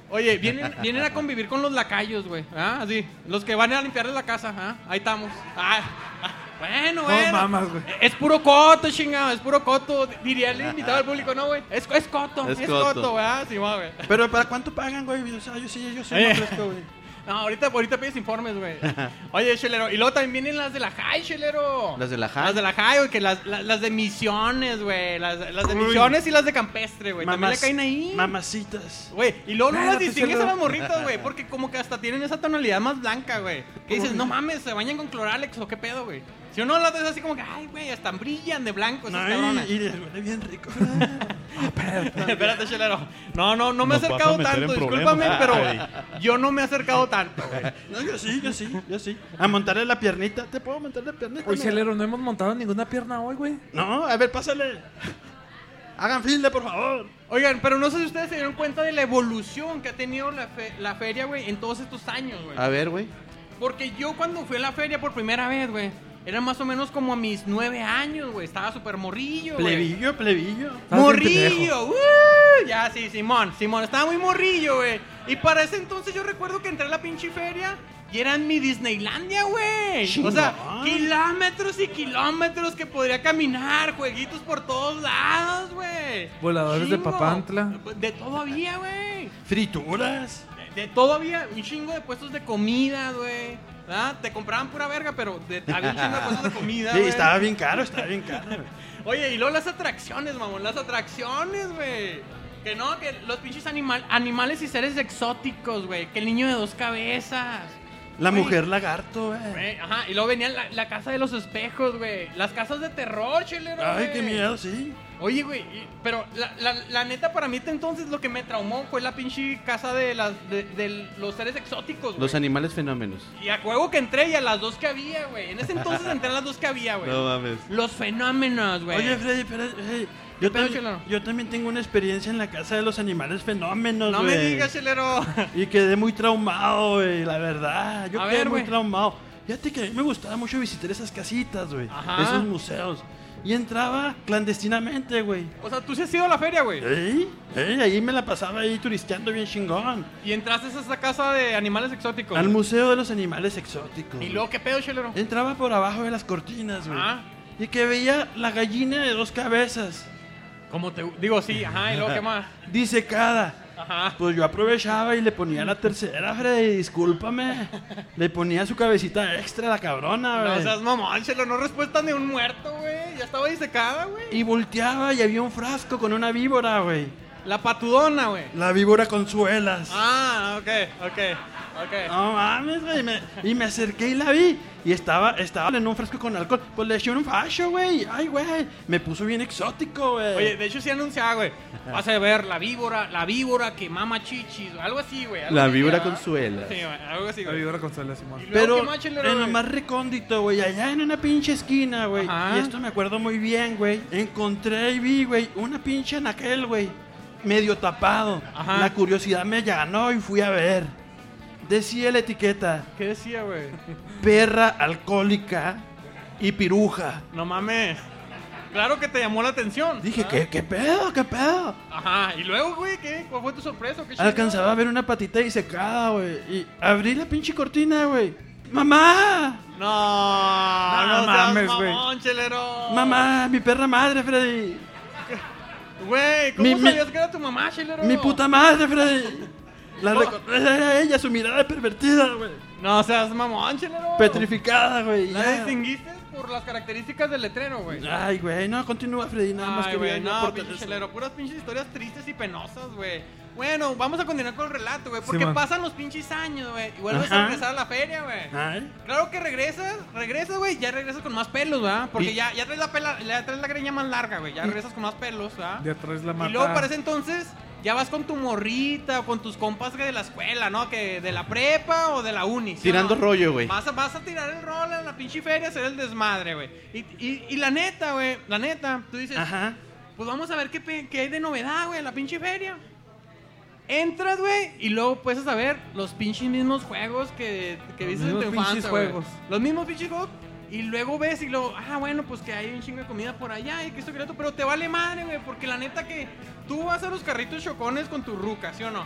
Oye, vienen, vienen a convivir con los lacayos, güey. Ah, así. Los que van a limpiarles la casa, ah. Ahí estamos. Ah, ah, bueno, No bueno. mamas, güey. Es puro coto, chingado. Es puro coto. Diría el invitado al público, ¿no, güey? Es, es coto. Es, Es coto, coto. güey. Ah, sí, va, güey. Pero ¿para cuánto pagan, güey? O sea, yo sí, yo sí me Oye. ofrezco, güey. No, Eh. ahorita, ahorita pides informes, güey. Oye, chelero. Y luego también vienen las de la high, chelero. Las de la high. Las de la high, güey. Que las, las, las de misiones, güey. Las, las de misiones y las de campestre, güey. También le Mamas- caen ahí. Mamacitas. Güey, y luego no las Espérate, distingues a Chelero. las morritas, güey, porque como que hasta tienen esa tonalidad más blanca, güey. Que dices, no mames, se bañan con cloralex o qué pedo, güey. Si uno las ves así como que, ay, güey, hasta brillan de blanco esas Ay, cabronas. y les huele bien rico. Espérate, chelero. No, no, no me he Nos vas a acercado meter en tanto, problemas, discúlpame, pero yo no me he acercado tanto, güey. No, yo sí, yo sí, yo sí. A montarle la piernita. ¿Te puedo montar la piernita? Oye, amigo? Chelero, no hemos montado ninguna pierna hoy, güey. No, a ver, pásale. Hagan fila, por favor. Oigan, pero no sé si ustedes se dieron cuenta de la evolución que ha tenido la, fe- la feria, güey, en todos estos años, güey. A ver, güey. Porque yo cuando fui a la feria por primera vez, güey, era más o menos como a mis nueve años, güey. Estaba súper morrillo, güey. Plebillo, plebillo. Estás bien pendejo. Morrillo, ¡uh! ya sí, Simón, Simón, estaba muy morrillo, güey. Y para ese entonces yo recuerdo que entré a la pinche feria y era en mi Disneylandia, güey. O sea, Chingón. kilómetros y kilómetros que podría caminar, jueguitos por todos lados, güey. Voladores de Papantla. De todavía, güey. Frituras. De, de todo había un chingo de puestos de comida, güey. ¿Verdad? Te compraban pura verga, pero de- había un chingo de puestos de comida, Sí, güey. estaba bien caro, estaba bien caro. güey. Oye, y luego las atracciones, mamón, las atracciones, güey. Que no, que los pinches animal, animales y seres exóticos, güey. Que el niño de dos cabezas. La Güey, mujer lagarto, eh. güey. güey, Ajá, y luego venía la, la casa de los espejos, güey. Las casas de terror, chelero. Ay, güey. qué miedo, sí. Oye, güey, y- pero la, la, la neta para mí entonces lo que me traumó fue la pinche casa de, las, de, de los seres exóticos, güey. Los animales fenómenos. y a juego que entré y a las dos que había, güey. En ese entonces entré a las dos que había, güey. mames. Los fenómenos, güey. Oye, Freddy, pero, hey, yo, pedo, tam- Chelero? yo también tengo una experiencia en la casa de los animales fenómenos, no me güey. digas, chelero. Y quedé muy traumado, güey, la verdad. Yo A quedé ver, muy güey. traumado. Fíjate que a mí me gustaba mucho visitar esas casitas, güey. Ajá. Esos museos. Y entraba clandestinamente, güey. O sea, tú sí has ido a la feria, güey. Ey, ey, ahí me la pasaba ahí turisteando bien chingón. Y entraste a esa casa de animales exóticos. Al Museo de los Animales Exóticos. Y luego, ¿qué pedo, chelero? Entraba por abajo de las cortinas, güey. Ah. Y que veía la gallina de dos cabezas, Como te... Digo, sí, ajá, y luego, ¿qué más? disecada. Ajá. Pues yo aprovechaba y le ponía la tercera, Freddy, discúlpame. Le ponía su cabecita extra a la cabrona, No güey. seas mamón, chelero, no respuesta de un muerto, güey. Ya estaba disecada, güey. Y volteaba y había un frasco con una víbora, güey. La patudona, güey. La víbora con suelas. Ah, ok, ok, ok. No mames, güey. me- y me acerqué y la vi. Y estaba, estaba en un frasco con alcohol. Pues le eché un facho, güey. Ay, güey. Me puso bien exótico, güey. Oye, de hecho sí anunciaba, güey. Vas a ver la víbora, la víbora que mama chichis, o algo así, güey. algo La así, víbora ¿verdad? con suelas. Sí, güey, algo así, La güey. víbora con suela, Y Simón. luego, Pero ¿qué más, chelero, en lo güey? más recóndito, güey, allá en una pinche esquina, güey. Ajá. Y esto me acuerdo muy bien, güey. Encontré y vi, güey, una pinche anaquel, güey. Medio tapado. Ajá. La curiosidad me llanó y fui a ver. Decía la etiqueta, ¿Qué decía, güey? perra alcohólica y piruja. No mames. Claro que te llamó la atención. Dije, ¿qué, qué pedo? ¿Qué pedo? Ajá, y luego, güey, ¿qué? ¿Cuál fue tu sorpresa? ¿Qué chingado? Alcanzaba a ver una patita disecada, güey. Y abrí la pinche cortina, güey. ¡Mamá! No, no, No mames, seas güey. mamón, chelero. ¡Mamá! ¡Mi perra madre, Freddy! Güey, ¿cómo Mi- mi- sabías que era tu mamá, chelero? ¡Mi puta madre, Freddy! La recordé a ella, su mirada pervertida, güey. No seas mamón, chelero. Petrificada, güey. La ya. distinguiste por las características del letrero, güey. Ay, güey, no, continúa, Freddy, nada más Ay, que güey, voy a no, aportar pinche eso. chelero, puras pinches historias tristes y penosas, güey. Bueno, vamos a continuar con el relato, güey, porque Simón. pasan los pinches años, güey, y vuelves a Ajá. regresar a la feria, güey. Ay, Claro que regresas, regresas, güey, ya regresas con más pelos, ¿verdad? Porque Y- ya, ya traes la pela, ya traes la greña más larga, güey, ya regresas con más pelos, ¿verdad? De atrás la mata. Y luego para ese entonces ya vas con tu morrita o con tus compas que de la escuela, ¿no? Que de la prepa o de la uni. ¿sí o Tirando no? rollo, güey. Vas a, vas a tirar el rol en la pinche feria, hacer el desmadre, güey. Y, y- y la neta, güey, la neta, tú dices, Ajá. pues vamos a ver qué, pe- qué hay de novedad, güey, en la pinche feria. Entras, güey, y luego puedes a ver los pinches mismos juegos que, que Los viste en tu mismos infancia, pinches güey. juegos. Los mismos pinches juegos. Y luego ves y luego, ah, bueno, pues que hay un chingo de comida por allá y que esto que lo otro. Pero te vale madre, güey, porque la neta que tú vas a los carritos chocones con tu ruca, ¿sí o no?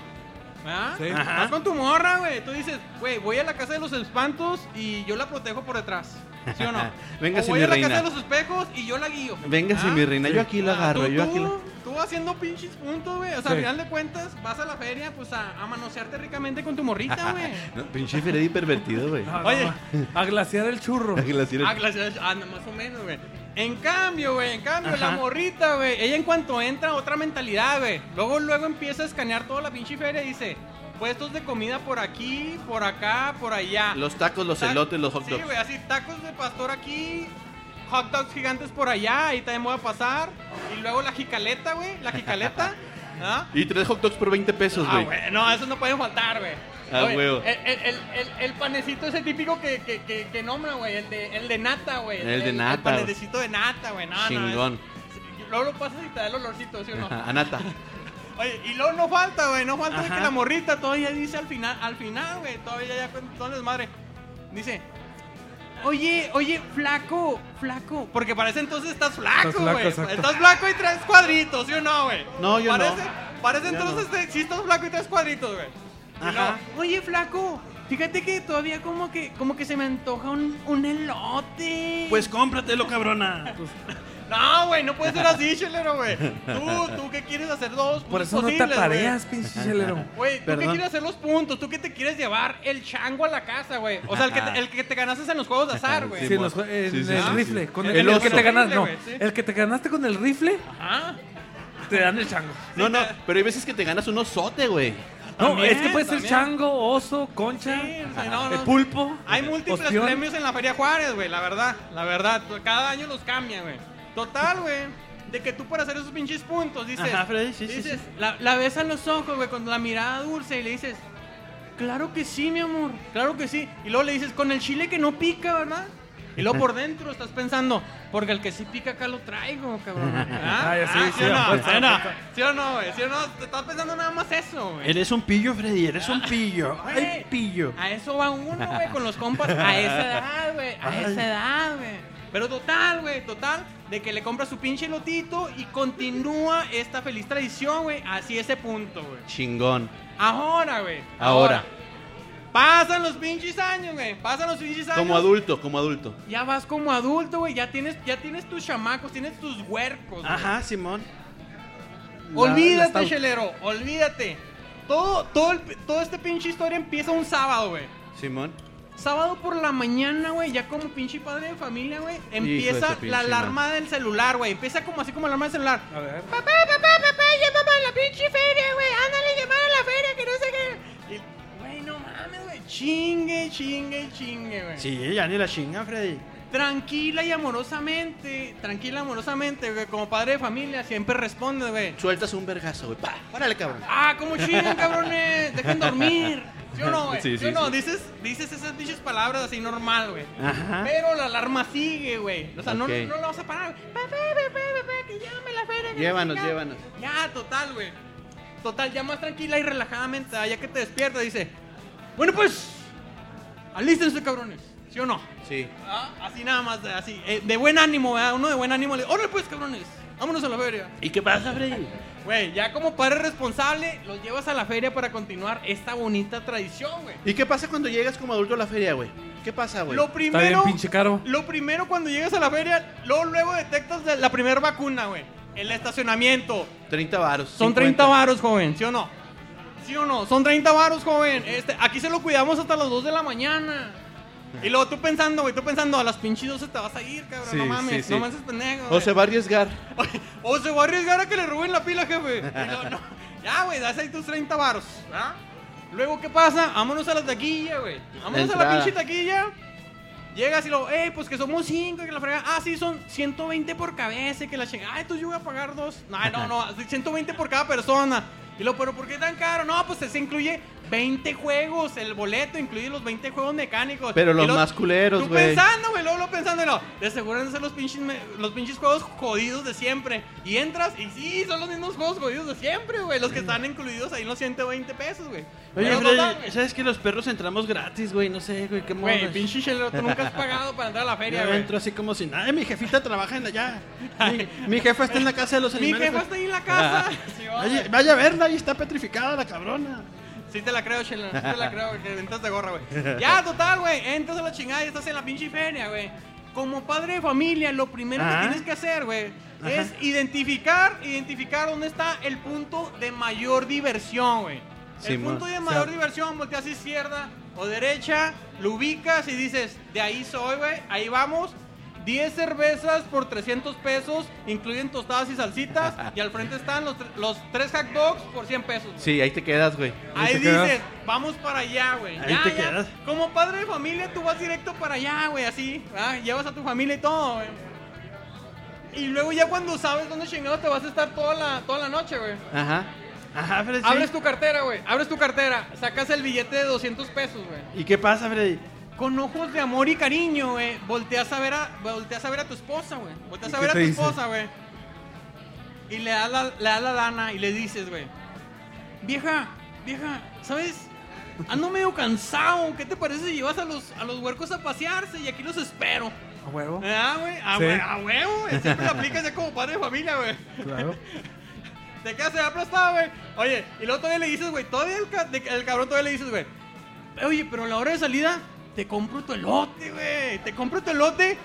¿Ah? Sí. Vas con tu morra, güey. Tú dices, güey, voy a la casa de los espantos y yo la protejo por detrás. ¿Sí o no? Véngase, o voy mi a la reina. casa de los espejos y yo la guío. Véngase, ¿Ah? mi reina, yo aquí la Ah, agarro, tú- yo aquí tú- la... Tú, tú haciendo pinches puntos, güey. O sea, al Sí. final de cuentas, vas a la feria, pues a, a manosearte ricamente con tu morrita, güey. No, pinche Freddy pervertido, güey. Ah, No, no, Oye. a glaciar el churro. Hay que la decir- Ah, gracias. Ah, no, más o menos, güey. En cambio, güey, en cambio, la morrita, güey, ella en cuanto entra, otra mentalidad, güey. Luego, luego empieza a escanear toda la pinche feria y dice, puestos de comida por aquí, por acá, por allá. Los tacos, los Ta- elotes, los hot Sí, dogs. güey, así tacos de pastor aquí, hot dogs gigantes por allá, ahí también voy a pasar. Y luego la jicaleta, güey, la jicaleta. ¿Ah? y tres hot dogs por 20 pesos, Ah, güey. güey, no, esos no pueden faltar, güey. Ah, Oye, huevo. El, el- el- el- el panecito ese típico que, que, que, que nombra, güey. El de, el de nata, güey. El de nata, El panecito de nata, güey. No, no, Chingón. es- luego lo pasas y te da el olorcito, ¿sí o no? Anata. Oye, y luego no falta, güey. No falta de que la morrita todavía dice al final, al final, güey. Todavía ya con todo el desmadre. Dice. Oye, oye, flaco, flaco. Porque para ese entonces estás Estás flaco, flaco, güey. exacto. Estás flaco y traes cuadritos, ¿sí o no, güey? No, yo no. parece, Parece Yo entonces te- sí estás flaco y traes cuadritos, güey. Y Ajá. luego, oye, flaco, fíjate que todavía como que, como que se me antoja un, un elote. Pues cómpratelo, cabrona. Pues, No, güey, no puede ser así, chelero, güey. Tú, tú que quieres hacer dos Por puntos eso no te posibles, güey. apareas, pinche chelero. Güey, tú que Perdón. quieres hacer los puntos, tú que te quieres llevar el chango a la casa, güey. O sea, el que te, el que te ganaste en los juegos de azar, güey. Sí, en los jue- en Sí, sí, el sí, rifle. sí. Con El el, el que oso. te ganaste, no, Rifle, güey, sí. el que te ganaste con el rifle, Ajá. te dan el chango. No, no, pero hay veces que te ganas un osote, güey. No, También, es que puede ser también. chango, oso, concha, Sí, o sea, no, eh, no. pulpo. Hay múltiples ostión. premios en la Feria Juárez, güey, la verdad, la verdad. Cada año los cambian, güey. Total, güey, de que tú para hacer esos pinches puntos dices... Ajá, Freddy, sí, sí, dices, La, la ves a los ojos, güey, con la mirada dulce y le dices... Claro que sí, mi amor, claro que sí. Y luego le dices, con el chile que no pica, ¿verdad? Y luego por dentro estás pensando, porque el que sí pica acá lo traigo, cabrón. ¿Ah? Ah, ya sí, Ah, sí, o a no? fuerza, ¿Sí o no? a fuerza. ¿Sí o no, güey? ¿Sí o no? Te estás pensando nada más eso, güey. Eres un pillo, Freddy, eres Ah. un pillo. Ay, Güey, pillo. A eso va uno, güey, con los compas. A esa edad, güey. A esa edad, güey. Pero total, güey, total, de que le compra su pinche lotito y continúa esta feliz tradición, güey, así ese punto, güey. Chingón. Ahora, güey. Ahora. Pasan los pinches años, güey. Pasan los pinches años. Como adulto, como adulto. Ya vas como adulto, güey. Ya tienes, ya tienes tus chamacos, tienes tus huercos. güey. Ajá, Simón. La- la Olvídate, stout. chelero, olvídate. Todo, todo, el, todo este pinche historia empieza un sábado, güey. Simón. Sábado por la mañana, güey, ya como pinche padre de familia, güey, Hijo de empieza su pinche Ah. la alarma del celular, güey. Empieza como así como la alarma del celular. A ver. Papá, papá, papá, llámame a la pinche feria, güey. Ándale, llamar a la feria, que no sé qué. Y, güey, no mames, güey. Chingue, chingue, chingue, güey. Sí, ya ni la chinga, Freddy. Tranquila y amorosamente, tranquila y amorosamente, güey. Como padre de familia siempre responde, güey. Sueltas un vergazo, güey. Pa, ¡Órale, cabrón! Ah, como chingan, cabrones. Dejen dormir. ¿Sí o no, güey? Sí, Sí, sí, o no? sí. Dices, dices esas dichas palabras así normal, güey. Ajá. Pero la alarma sigue, güey. O sea, no- Ok. no, la vas a parar. Papá, papá, papá, que llame la feria. que Llévanos, no sé qué. llévanos. Ya, total, güey. Total, ya más tranquila y relajadamente, ah, ya que te despiertas, dice. Bueno, pues, alístense, cabrones. ¿Sí o no? Sí. Ah, Así nada más, eh, así. eh, de buen ánimo, ¿verdad? Uno de buen ánimo le órale pues, cabrones. Vámonos a la feria. ¿Y qué pasa, Freddy? Güey, ya como padre responsable, los llevas a la feria para continuar esta bonita tradición, güey. ¿Y qué pasa cuando llegas como adulto a la feria, güey? ¿Qué pasa, güey? Lo Está bien primero, pinche caro. lo primero cuando llegas a la feria, luego, luego detectas de- la primera vacuna, güey. El estacionamiento. 30 varos. Son 30 varos, joven, ¿sí o no? ¿Sí o no? Son 30 varos, joven. Este, aquí se lo cuidamos hasta las 2 de la mañana. Y luego tú pensando, güey, tú pensando, a las pinches 12 te vas a ir, cabrón. Sí, no mames, sí, sí. no me haces pendejo. O güey. se va a arriesgar. Oye, O se va a arriesgar a que le roben la pila, jefe. Y luego, no. Ya, güey, das ahí tus 30 varos. ¿ah? Luego, ¿qué pasa? Vámonos a la taquilla, güey. Vámonos a entrada. la pinche taquilla. Llegas y lo, eh, pues que somos 5, que la fregada. Ah, sí, son 120 por cabeza, que la chingada. Ay, tú yo voy a pagar dos. No, no, no, 120 por cada persona. Y lo, pero ¿por qué tan caro? No, pues se incluye 20 juegos, el boleto incluye los 20 juegos mecánicos. Pero Y los lo- más culeros, Tú güey. pensando, güey, luego lo pensando, y no. De seguro van a ser los pinches, me- los pinches juegos jodidos de siempre. Y entras y sí, son los mismos juegos jodidos de siempre, güey. Los que están incluidos ahí en los 120 pesos, güey. Oye, Pero total, Freddy, güey. ¿sabes que los perros entramos gratis, güey? No sé, güey, qué mono. Güey, pinche chelero, tú nunca has pagado para entrar a la feria, Yo güey. entro así como si nada. Mi jefita trabaja en allá. Mi, mi jefa está en la casa de los Mi animales. jefa está ahí en la casa. Sí, va, Oye, güey. vaya a verla, ahí está petrificada la cabrona. Sí te la creo, Sheldon, sí te la creo, güey, que entras de gorra, güey. Ya, total, güey, entras a la chingada y estás en la pinche feria, güey. Como padre de familia, lo primero Ajá. que tienes que hacer, güey, es identificar, identificar dónde está el punto de mayor diversión, güey. Sí, el mo- punto de o mayor sea- diversión, volteas izquierda o derecha, lo ubicas y dices, de ahí soy, güey, ahí vamos. 10 cervezas por 300 pesos, incluyen tostadas y salsitas, y al frente están los, tre- los 3 hot dogs por 100 pesos. Sí, ahí te quedas, güey. Ahí te dices, quedas. vamos para allá, güey. Ahí Ya, te ya. quedas. Como padre de familia, tú vas directo para allá, güey, así. ¿verdad? Llevas a tu familia y todo, güey. Y luego ya cuando sabes dónde chingados te vas a estar toda la, toda la noche, güey. Ajá. Ajá, Freddy. sí. Abres tu cartera, güey. Abres tu cartera. Sacas el billete de 200 pesos, güey. ¿Y qué pasa, Freddy? Con ojos de amor y cariño, güey. Volteas a ver a, volteas a ver a tu esposa, güey. Volteas ¿Y a qué ver a tu te dice? esposa, güey. Y le das la, le das la lana y le dices, güey. Vieja, vieja, ¿sabes? Ando medio cansado. ¿Qué te parece si llevas a los, a los huercos a pasearse? Y aquí los espero. ¿A huevo? Ah, güey. A, Sí. hue- a huevo, güey. Siempre la aplicas ya como padre de familia, güey. Claro. Te quedas ahí aplastado, güey. Oye, y luego todavía le dices, güey, todavía el, ca- de- el cabrón todavía le dices, güey. Oye, pero a la hora de salida, te compro tu elote, güey. Te compro tu elote.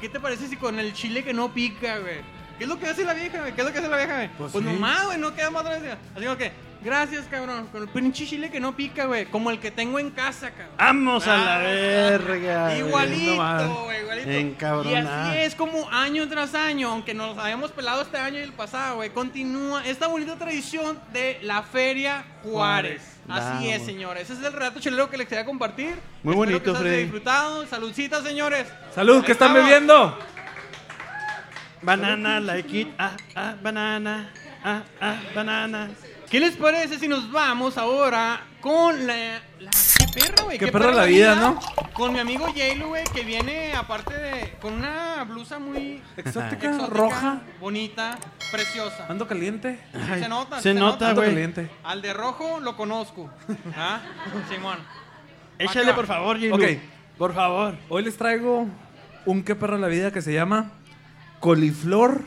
¿Qué te parece si con el chile que no pica, güey? ¿Qué es lo que hace la vieja, güey? ¿Qué es lo que hace la vieja, güey? Pues, Pues sí. nomás, güey, no queda más otra vez. Así como que, gracias, cabrón. Con el pinche chile que no pica, güey. Como el que tengo en casa, cabrón. Vamos a la Ah, verga. güey. Igualito, no mames. güey, igualito. Y Encabronada. así es como año tras año, aunque nos habíamos pelado este año y el pasado, güey, continúa esta bonita tradición de la Feria Juárez. Así Vamos. es, señores. Ese es el relato chelero que les quería compartir. Muy Espero bonito, que se hayan Freddy. disfrutado. Saludcita, señores. Salud, Ahí ¿qué están estamos. bebiendo? Banana, like it. Ah, ah, banana. Ah, ah, banana. ¿Qué les parece si nos vamos ahora con la... la- ¡Qué perra, güey! Qué perra la vida, Con mi amigo Yalo, güey, que viene, aparte de... Con una blusa muy... Exótica, exótica, roja. Bonita, preciosa. Ando caliente. Sí, se nota, se nota, Ando güey. caliente. Al de rojo lo conozco. ¿Ah? Simón. Échale, por favor, Gilu. Ok. Por favor. Hoy les traigo un qué perro la vida que se llama coliflor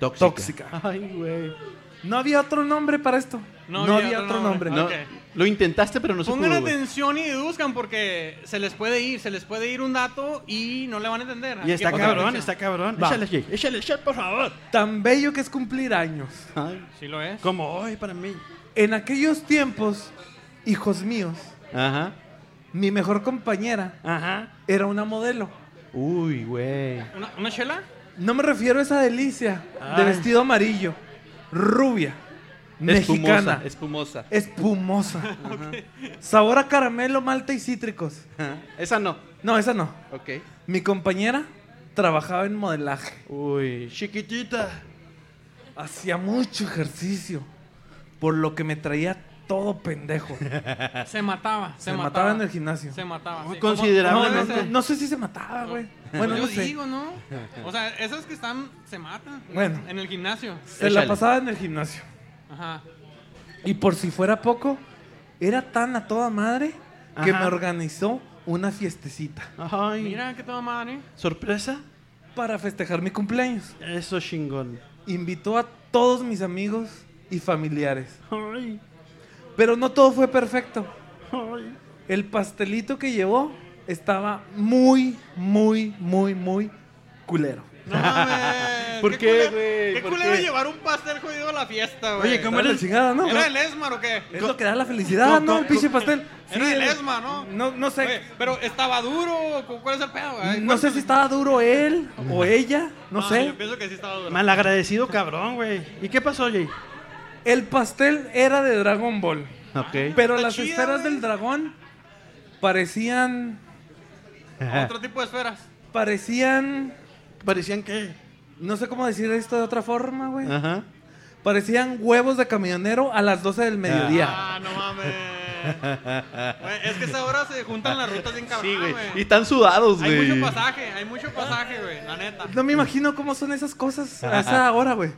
Tóxica. tóxica. Ay, güey. No había otro nombre para esto. No, había, otro nombre. No, Ok. Lo intentaste, pero no se Pongan pudo, güey. atención y deduzcan porque se les puede ir, se les puede ir un dato y no le van a entender. Y Así que pues, está pongan cabrón, atención. está cabrón. Va. Échale, Jake. Échale, Jake, por favor. Tan bello que es cumplir años. Ay. Sí lo es. Como hoy para mí. En aquellos tiempos, hijos míos, Ajá. mi mejor compañera Ajá. era una modelo. Uy, güey. ¿Una, una chela? No me refiero a esa delicia de Ay. vestido amarillo, rubia, Espumosa, mexicana, espumosa. espumosa, sabor a caramelo, malta y cítricos. Ajá. Esa no. No, esa no. Ok. Mi compañera trabajaba en modelaje. Uy. Chiquitita. Hacía mucho ejercicio, por lo que me traía todo pendejo. Se, Se mataba. Se, Ah. mataba. en el gimnasio. Se mataba. Muy sí. No, considerablemente. ¿Cómo- no, cómo debe no, ser? no sé si se mataba, güey. Bueno, Yo no sé. digo, ¿no? O sea, esas que están, se matan. Bueno. En el gimnasio. Se Échale. la pasaba en el gimnasio. Ajá. Y por si fuera poco, era tan a toda madre que Ajá. me organizó una fiestecita Ay. Mira, qué toda madre. ¿Sorpresa? para festejar mi cumpleaños. Eso chingón. Invitó a todos mis amigos y familiares. Ay. Pero no todo fue perfecto. Ay. El pastelito que llevó estaba muy, muy, muy, muy culero. No mames. ¿Por qué, culero- güey? Qué ¿Por culero qué? llevar un pastel jodido a la fiesta, güey. Oye, ¿cómo era Era la el chingada, ¿no? ¿Era el Esmar o qué? Es lo que da la felicidad, Co- ¿no? El co- pinche pastel. Era el el- Esma, ¿no? No, no sé. Oye, pero estaba duro, ¿cu- ¿cuál es el pedo? güey? no ¿Cuál- sé si estaba duro él o ella, no Ah, sé. Yo pienso que sí estaba duro. Malagradecido cabrón, güey. ¿Y qué pasó, Jay? El pastel era de Dragon Ball. Ok. Pero Está las chido, esferas güey. del dragón parecían. Otro tipo de esferas. Parecían. ¿Parecían qué? No sé cómo decir esto de otra forma, güey. Ajá. Parecían huevos de camionero a las 12 del mediodía. Ah, no mames. Güey, es que esa hora se juntan las rutas bien cabrón, Sí, güey. Y güey. están sudados, Hay güey. mucho pasaje, hay mucho pasaje, güey, la neta. No me imagino cómo son esas cosas a esa hora, güey.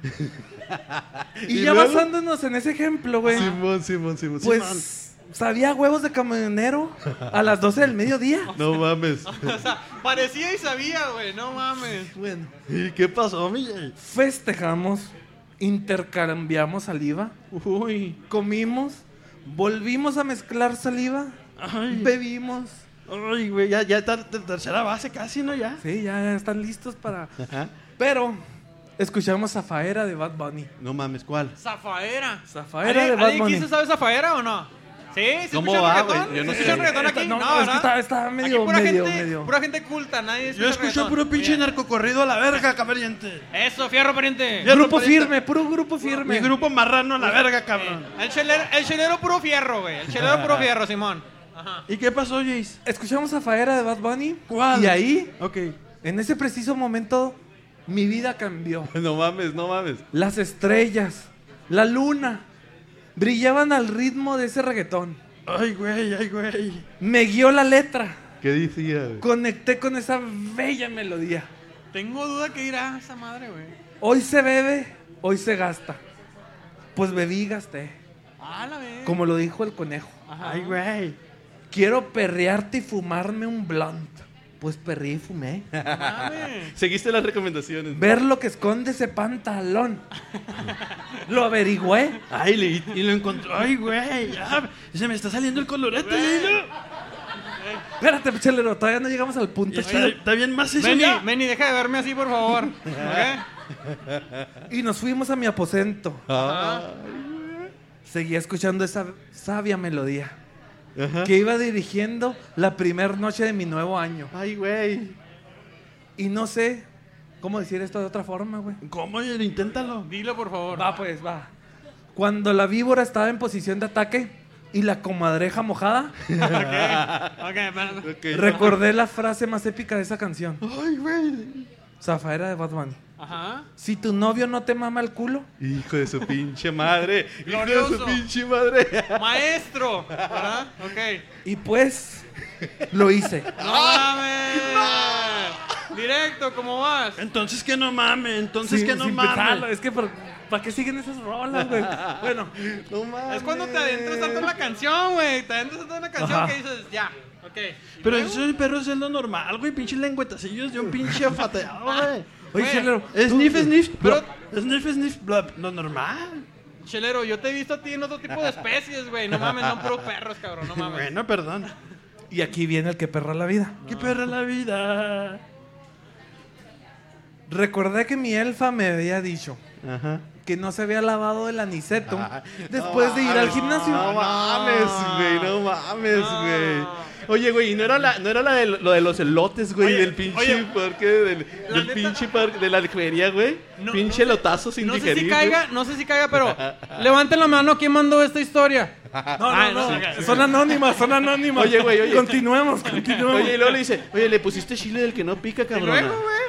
Y, ¿Y ya luego? basándonos en ese ejemplo, Ah. güey. Simón, Simón, Simón. pues sabía a huevos de camionero a las 12 del mediodía. Simón. No mames. O sea, parecía y sabía, güey, no mames. Bueno, ¿Y qué pasó, mi Jay? festejamos, intercambiamos saliva. Uy. comimos, volvimos a mezclar saliva, Ay. bebimos. Ay, güey. Ya, ya está de tercera base casi, ¿no? Ya. Sí, ya están listos para... Ajá. Pero Escuchamos Zafaera de Bad Bunny. No mames, ¿cuál? Zafaera. Zafaera ¿Ale- de Bad ¿alguien aquí Bunny. se sabe Zafaera o no? Sí, ¿Sí ¿Cómo escuchan va, reggaetón? güey? Yo no ¿Sí sé. escuchan reggaetón aquí? Eh, No, No, es que ¿verdad? está- está Aquí medio- pura medio- gente, medio. Pura gente culta, nadie Este Yo escucho reggaetón. puro pinche Bien. narcocorrido a la verga, cabrón. Eso, fierro, pariente. Ya- Grupo Zapfaera. firme, puro grupo Mi firme. grupo marrano a la verga, cabrón. El chelero, el chelero puro fierro, güey. El chelero puro fierro, Simón. Ajá. ¿Y qué pasó, Jace? Escuchamos Zafaera de Bad Bunny. ¿Cuál? Y ahí, Ok. en ese preciso momento, mi vida cambió. No mames, no mames. Las estrellas, la luna, brillaban al ritmo de ese reggaetón. Ay, güey, ay, güey. Me guió la letra. ¿Qué decía? güey? Conecté con esa bella melodía. Tengo duda que irá esa madre, güey. Hoy se bebe, hoy se gasta. Pues bebí y gasté. Ah, la vez. Como lo dijo el conejo. Ay, güey. Quiero perrearte y fumarme un blunt. Pues perrí y fumé. Seguiste las recomendaciones. Ver lo que esconde ese pantalón. Lo averigüé. Ay, le- y lo encontró. Ay, güey. ya. Se me está saliendo el colorete, Lilo. Espérate, chelero, todavía no llegamos al punto Está, chido. está bien más eso Meni, ya. Meni, deja de verme así, por favor. ¿Ok? Y nos fuimos a mi aposento. Seguía escuchando esa sabia melodía que iba dirigiendo la primera noche de mi nuevo año. Ay, güey. Y no sé cómo decir esto de otra forma, güey. ¿Cómo? Yel? Inténtalo. Dilo, por favor. Va, pues, va. Cuando la víbora estaba en posición de ataque y la comadreja mojada, pues, Ok, pero- Ok. recordé la frase más épica de esa canción. Ay, güey. Zafaera de Batman. Ajá. Si tu novio no te mama el culo, Hijo de su pinche madre. Hijo de su Glorioso. pinche madre. Maestro, ¿verdad? Ok. y pues lo hice. No mames. Directo, ¿cómo vas? Entonces que no mame, entonces Sin- que no sin mame. pensarlo. Es Pues que, ¿para, para qué siguen esas rolas, güey? Bueno, No mames. Es cuando te adentras tanto en la canción, güey. Te adentras tanto en la canción Ajá. que dices, ya. Ok. Pero eso el perro es lo normal, güey. Pinche lengüetacillos de un pinche afateado, güey. oye, Güey, chelero, tú- Sniff, sniff, Pero- blop. Sniff, sniff, blop. Lo normal. Chelero, yo te he visto a ti en otro tipo de especies, güey. No mames, no puros perros, cabrón. No mames. Bueno, perdón. Y aquí viene el que perra la vida. Qué perra la vida. Recordé que mi elfa me había dicho Ajá. que no se había lavado el aniceto Ah, después no de ir al mames, gimnasio. No mames, güey, no mames, güey. Oye, güey, ¿y no era la, no era la de, lo de los elotes, güey, Oye, del pinche oye. parque, del, La del neta- pinche parque, de la aljería, güey? No, pinche no sé- elotazo sin No sé digerir, si güey. caiga, no sé si caiga, pero levanten la mano quién mandó esta historia. No, no, no, son anónimas, son anónimas. Oye, güey, oye. Continuemos, continuemos. Oye, y luego le dice, oye, le pusiste chile del que no pica, Y cabrón. luego, güey.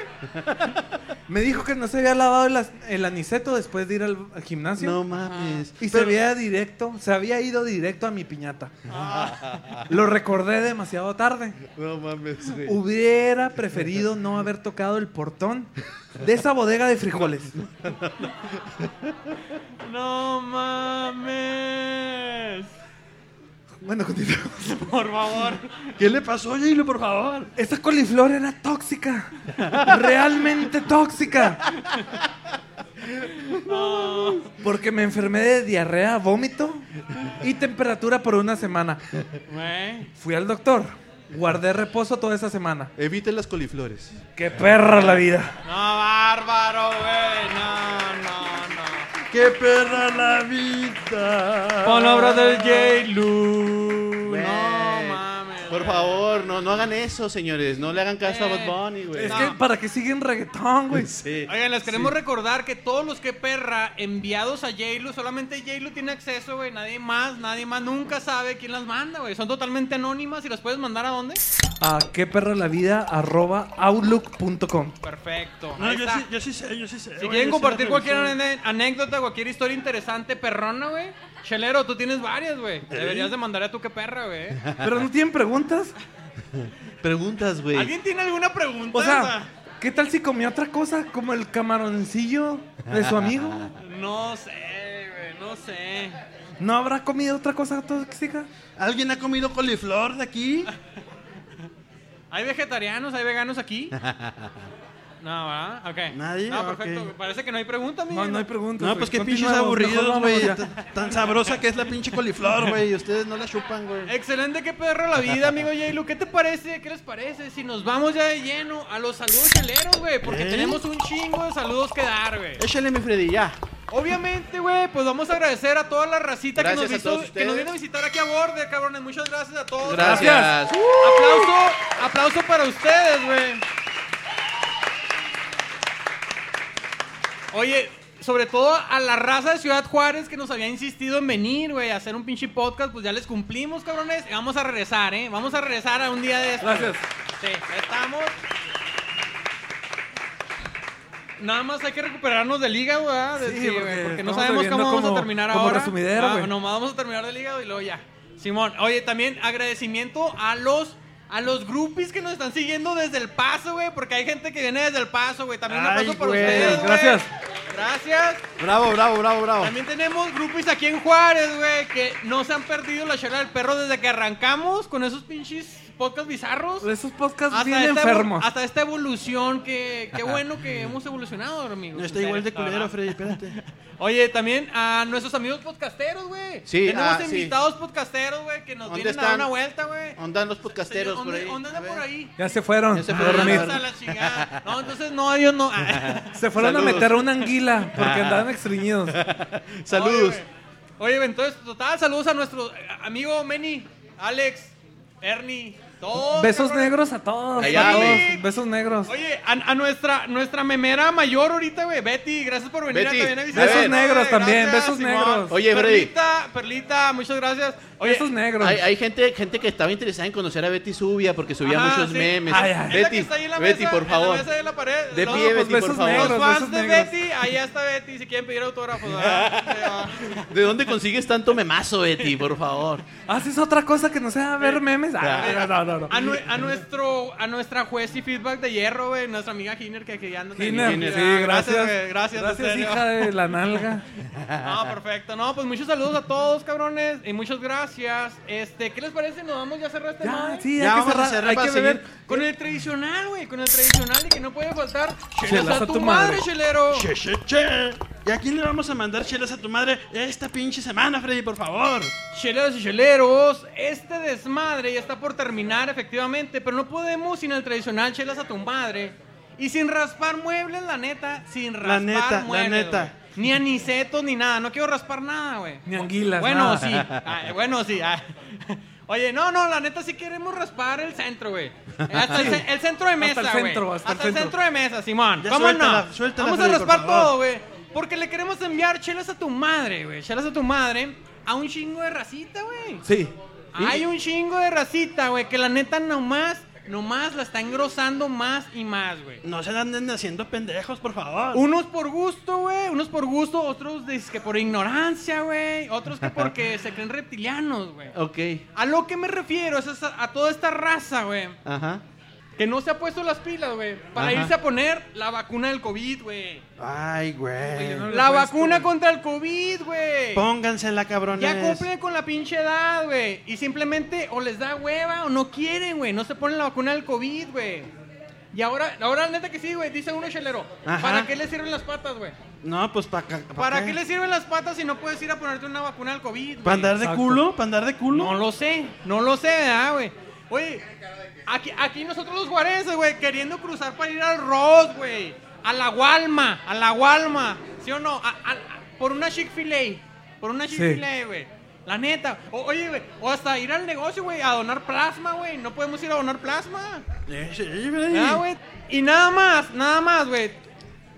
Me dijo que no se había lavado el, as- el aniceto después de ir al, al gimnasio. No mames. Ah. y se había directo, se había ido directo a mi piñata. Ah. Lo recordé demasiado tarde. No mames, güey. Hubiera preferido no haber tocado el portón de esa bodega de frijoles. No mames. Bueno, continuemos. Por favor. ¿Qué le pasó, Jailo, por favor? Esa coliflor era tóxica. Realmente tóxica. Porque me enfermé de diarrea, vómito y temperatura por una semana. Güey. Fui al doctor. Guardé reposo toda esa semana. Eviten las coliflores. ¡Qué perra la vida! No, bárbaro, güey. No, no, no. ¡Qué perra la vida! Palabras del J-Lu. No Güey. mames. Por güey. favor, no, no hagan eso, señores. No le hagan caso a Bad Bunny, güey. Es que, ¿para qué siguen reggaetón, güey? Sí. Oigan, les queremos recordar que todos los que perra enviados a J-Lo, solamente J-Lo tiene acceso, güey. Nadie más, nadie más nunca sabe quién las manda, güey. Son totalmente anónimas y las puedes mandar a dónde? A qué perra la vida arroba outlook.com. Perfecto. No, ahí yo está. sí, yo sí sé, yo sí sé. Si Eh, güey, quieren yo sí compartir la cualquier revisé. ane- anécdota, cualquier historia interesante, perrona, güey. Chelero, tú tienes varias, güey. Deberías de mandar a tu que perra, güey. ¿Pero no tienen preguntas? Preguntas, güey. ¿Alguien tiene alguna pregunta? O sea, ¿qué tal si comió otra cosa como el camaroncillo de su amigo? no sé, güey, no sé. ¿No habrá comido otra cosa tóxica? ¿Alguien ha comido coliflor de aquí? ¿Hay vegetarianos, hay veganos aquí? No, ¿verdad? Ok. Nadie, No, ok. perfecto. Parece que no hay pregunta, No, Miguel. no hay preguntas. No, güey. pues qué pinches Continuamos, aburridos, mejor güey. vámonos ya. Tan- Tan sabrosa que es la pinche coliflor, güey. y Ustedes no la chupan, güey. Excelente, qué perro la vida, amigo Jaylu. ¿Qué te parece? ¿Qué les parece? Si nos vamos ya de lleno a los saludos cheleros, güey, porque ¿Eh? tenemos un chingo de saludos que dar, güey. Échale mi Freddy, ya. Obviamente, güey, pues vamos a agradecer a toda la racita que nos, Gracias a visitó- todos que nos ustedes. viene a visitar aquí a borde, cabrones. Muchas gracias a todos. Gracias. Aplauso, aplauso para ustedes, güey. Oye, sobre todo a la raza de Ciudad Juárez que nos había insistido en venir, güey, a hacer un pinche podcast, pues ya les cumplimos, cabrones. Y vamos a regresar, ¿eh? Vamos a regresar a un día de esto. Gracias. Sí, ya estamos. Nada más hay que recuperarnos del hígado, ¿verdad? De- Sí, sí, güey, porque porque, no estamos sabemos bebiendo cómo vamos como- a terminar como ahora. resumidero, Ah, güey. nomás vamos a terminar del hígado y luego ya. Simón, oye, también agradecimiento a los a los groupies que nos están siguiendo desde El Paso, güey, porque hay gente que viene desde El Paso, güey. También un Ay, aplauso para güey, ustedes, güey. gracias. Gracias. Bravo, bravo, bravo, bravo. También tenemos groupies aquí en Juárez, güey, que no se han perdido la charla del perro desde que arrancamos con esos pinches podcasts bizarros. Esos podcasts Hasta bien esta, evo- enfermos. hasta esta evolución, que qué bueno que hemos evolucionado, amigos. No está En serio, igual de la culero, verdad. Freddy, espérate. Oye, también a nuestros amigos podcasteros, güey. Sí, Tenemos ah, sí. invitados podcasteros, güey, que nos ¿Dónde vienen a dar están? una vuelta, güey. Ondan los podcasteros Señor, por ahí. ¿dónde- ¿Dónde A andan ver. por ahí? Ya se fueron Ya se a fueron dormir. Vámonos a la chingada. No, entonces no, ellos no. Ah. Se fueron Saludos. a meter una anguila porque andaban extriñidos. Saludos. Oye, güey. Oye, güey, entonces, total, saludos a nuestro eh, amigo Meni, Alex, Ernie, todos. Besos cabrones. negros a todos. Allá, a todos. güey. Besos negros. Oye, a, a nuestra, nuestra memera mayor ahorita, güey, Betty, gracias por venir Betty, a también a besos visitarnos, güey, negros también, besos Simón. negros. Oye, Freddy. Perlita, Perlita, muchas gracias. Oye, Besos negros. Hay, hay gente, gente que estaba interesada en conocer a Betty Subia porque subía Ajá, muchos sí. memes. Ay, ay. es la que Betty, está ahí en la Betty, mesa, por en favor. la mesa de la pared. De los, pie, pues, Betty, por besos favor. los negros. fans de negros. Betty, allá está Betty, si quieren pedir autógrafos. ¿verdad? Sí, va. ¿De dónde consigues tanto memazo, Betty, por favor? Haces Ah, otra cosa que no sea ver memes. Ah, no, no, no. A, nue- a nuestro, a nuestra juez y feedback de hierro, güey, nuestra amiga Giner, que, que ya anda Gina, también. sí, Ah, gracias. güey, gracias, en Gracias, serio. hija de la nalga. No, perfecto. No, pues muchos saludos a todos, cabrones. Y muchas gracias. Este, ¿qué les parece? ¿Nos vamos ya a cerrar este Ya, madre? sí, Ya hay que vamos a cerrar. cerrar hay para que beber. seguir. Con el tradicional, güey. Con el tradicional y que no puede faltar. Chelas Chelas a tu madre, chelero. Che, che, che. ¿Y a quién le vamos a mandar chelas a tu madre esta pinche semana, Freddy, por favor? Cheleros y cheleros, este desmadre ya está por terminar efectivamente, pero no podemos sin el tradicional chelas a tu madre y sin raspar muebles, la neta, sin raspar neta, la muebles. neta. güey. Ni anicetos ni nada, no quiero raspar nada, güey. Ni anguilas, Bueno, nada. sí. Ay, bueno, sí. ay. Oye, no, no, la neta sí queremos raspar el centro, güey. Hasta el, ce- el centro de mesa, Hasta el güey. centro, hasta el el centro. centro de mesa, Simón. Ya ¿Cómo suéltala, no? suéltala, Vamos a Freddy, por raspar favor. todo, güey. Porque le queremos enviar chelas a tu madre, güey. Chelas a tu madre a un chingo de racita, güey. Sí. Hay un chingo de racita, güey, que la neta nomás, nomás la está engrosando más y más, güey. No se anden haciendo pendejos, por favor. Unos por gusto, güey, unos por gusto, otros dice que por ignorancia, güey, otros que porque se creen reptilianos, güey. Ok, A lo que me refiero es a, a toda esta raza, güey, ajá. que no se ha puesto las pilas, güey, para Ajá. irse a poner la vacuna del COVID, güey. Ay, güey. No le La puedes, vacuna güey. contra el COVID, güey. Póngansela, cabrones. Ya cumplen con la pinche edad, güey. Y simplemente o les da hueva o no quieren, güey. No se ponen la vacuna del COVID, güey. Y ahora, ahora neta que sí, güey. Dice uno chelero. Ajá. ¿Para qué le sirven las patas, güey? No, pues pa' ca- ¿Para qué le sirven las patas si no puedes ir a ponerte una vacuna del COVID? güey? ¿Para andar de Exacto. culo? ¿Para andar de culo? No lo sé, no lo sé, ¿verdad, güey? Oye, aquí, aquí nosotros los guareses, güey, queriendo cruzar para ir al Ross, güey. A la Walma, a la Walma, ¿sí o no? A- a- a- por una Chick-fil-A, por una Chick-fil-A, güey. La neta. O- oye, güey, o hasta ir al negocio, güey, a donar plasma, güey. No podemos ir a donar plasma. Eh, sí, Freddy. ¿verdad, Ah, güey? Y nada más, nada más, güey.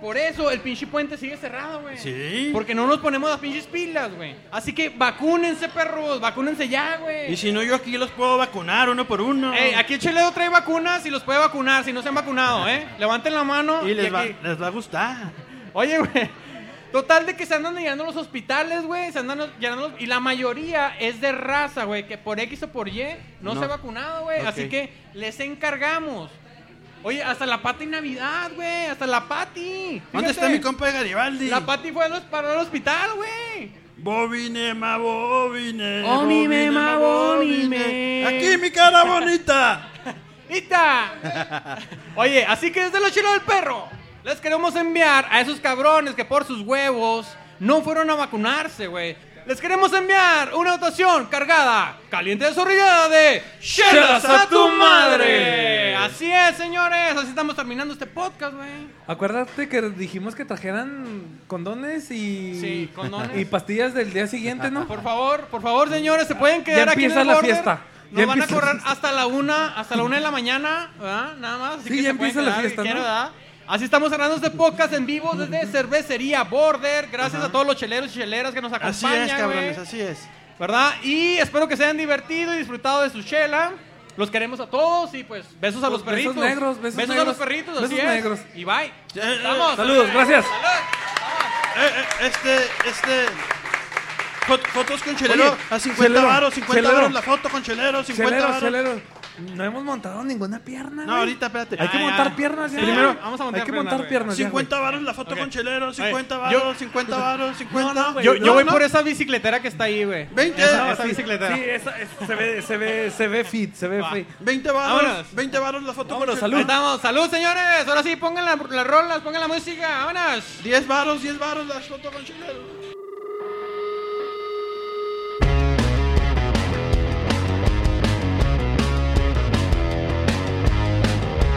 Por eso el pinche puente sigue cerrado, güey. Sí. Porque no nos ponemos las pinches pilas, güey. Así que vacúnense, perros. Vacúnense ya, güey. Y si no, yo aquí los puedo vacunar uno por uno. Ey, aquí el chelero trae vacunas y los puede vacunar si no se han vacunado, ¿eh? Levanten la mano. y les, y va, aquí- les va a gustar. Oye, güey. Total de que se andan llenando los hospitales, güey. Se andan llenando los- Y la mayoría es de raza, güey. Que por X o por Y no, No. se ha vacunado, güey. Así Ok. que les encargamos. Oye, hasta la Pati Navidad, güey. Hasta la Pati. ¿Dónde está Fíjate, mi compa de Garibaldi? La Pati fue a los- para el hospital, güey. Bobine, ma bobine. Omime, bobine, ma, bobine. omime. Aquí mi cara bonita. ¡Nita! Oye, así que desde la chela del perro, les queremos enviar a esos cabrones que por sus huevos no fueron a vacunarse, güey. Les queremos enviar una dotación cargada, caliente de zorrillada de ¡Chelas a tu madre! Así es, señores, así estamos terminando este podcast, güey. Acuérdate que dijimos que trajeran condones y, Sí, condones. y pastillas del día siguiente, ¿no? Por favor, por favor, señores, se pueden quedar aquí en empieza el la border. fiesta. Nos Ya van a empieza correr la fiesta. hasta la una, hasta la una de la mañana, ¿verdad? Nada más. Así Sí, que ya se pueden empieza la quedar fiesta, que ¿no? quieran, ¿verdad? Así estamos cerrando este podcast en vivo desde Cervecería Border. Gracias a todos los cheleros y cheleras que nos Así acompañan. es, cabrones, güey. así es. ¿Verdad? Y espero que se hayan divertido y disfrutado de su chela. Los queremos a todos y pues besos a los Besos perritos. negros, besos a negros, los perritos, así besos es. negros. Y bye. eh, Vamos. saludos, gracias. Salud. Eh, eh, este, este. fo- Fotos con chelero Oye, a 50 chelero, varos, 50 chelero. varos la foto con chelero, 50 Chelero, varos. chelero. No hemos montado ninguna pierna. No, güey. ahorita, espérate. Hay que Ah, montar ya. piernas ya. Sí, Primero, vamos a montar hay que piernas, montar güey. piernas ya, güey. 50 varos la foto Ok. con chelero, 50 yo- varos, 50 varos, 50. Pues, Yo, yo No, voy no, por esa bicicletera que está ahí, güey. 20. Esa, Ah, esa sí, bicicletera. Sí, esa- es- se, ve, se, ve, se ve fit, se ve Va. fit. 20 varos, Vámonos. 20 varos la foto Vámonos, con Ahí chelero. Estamos, salud señores. Ahora sí, pongan la- las rolas, pongan la música. Vámonos. 10 varos, 10 varos la foto con chelero.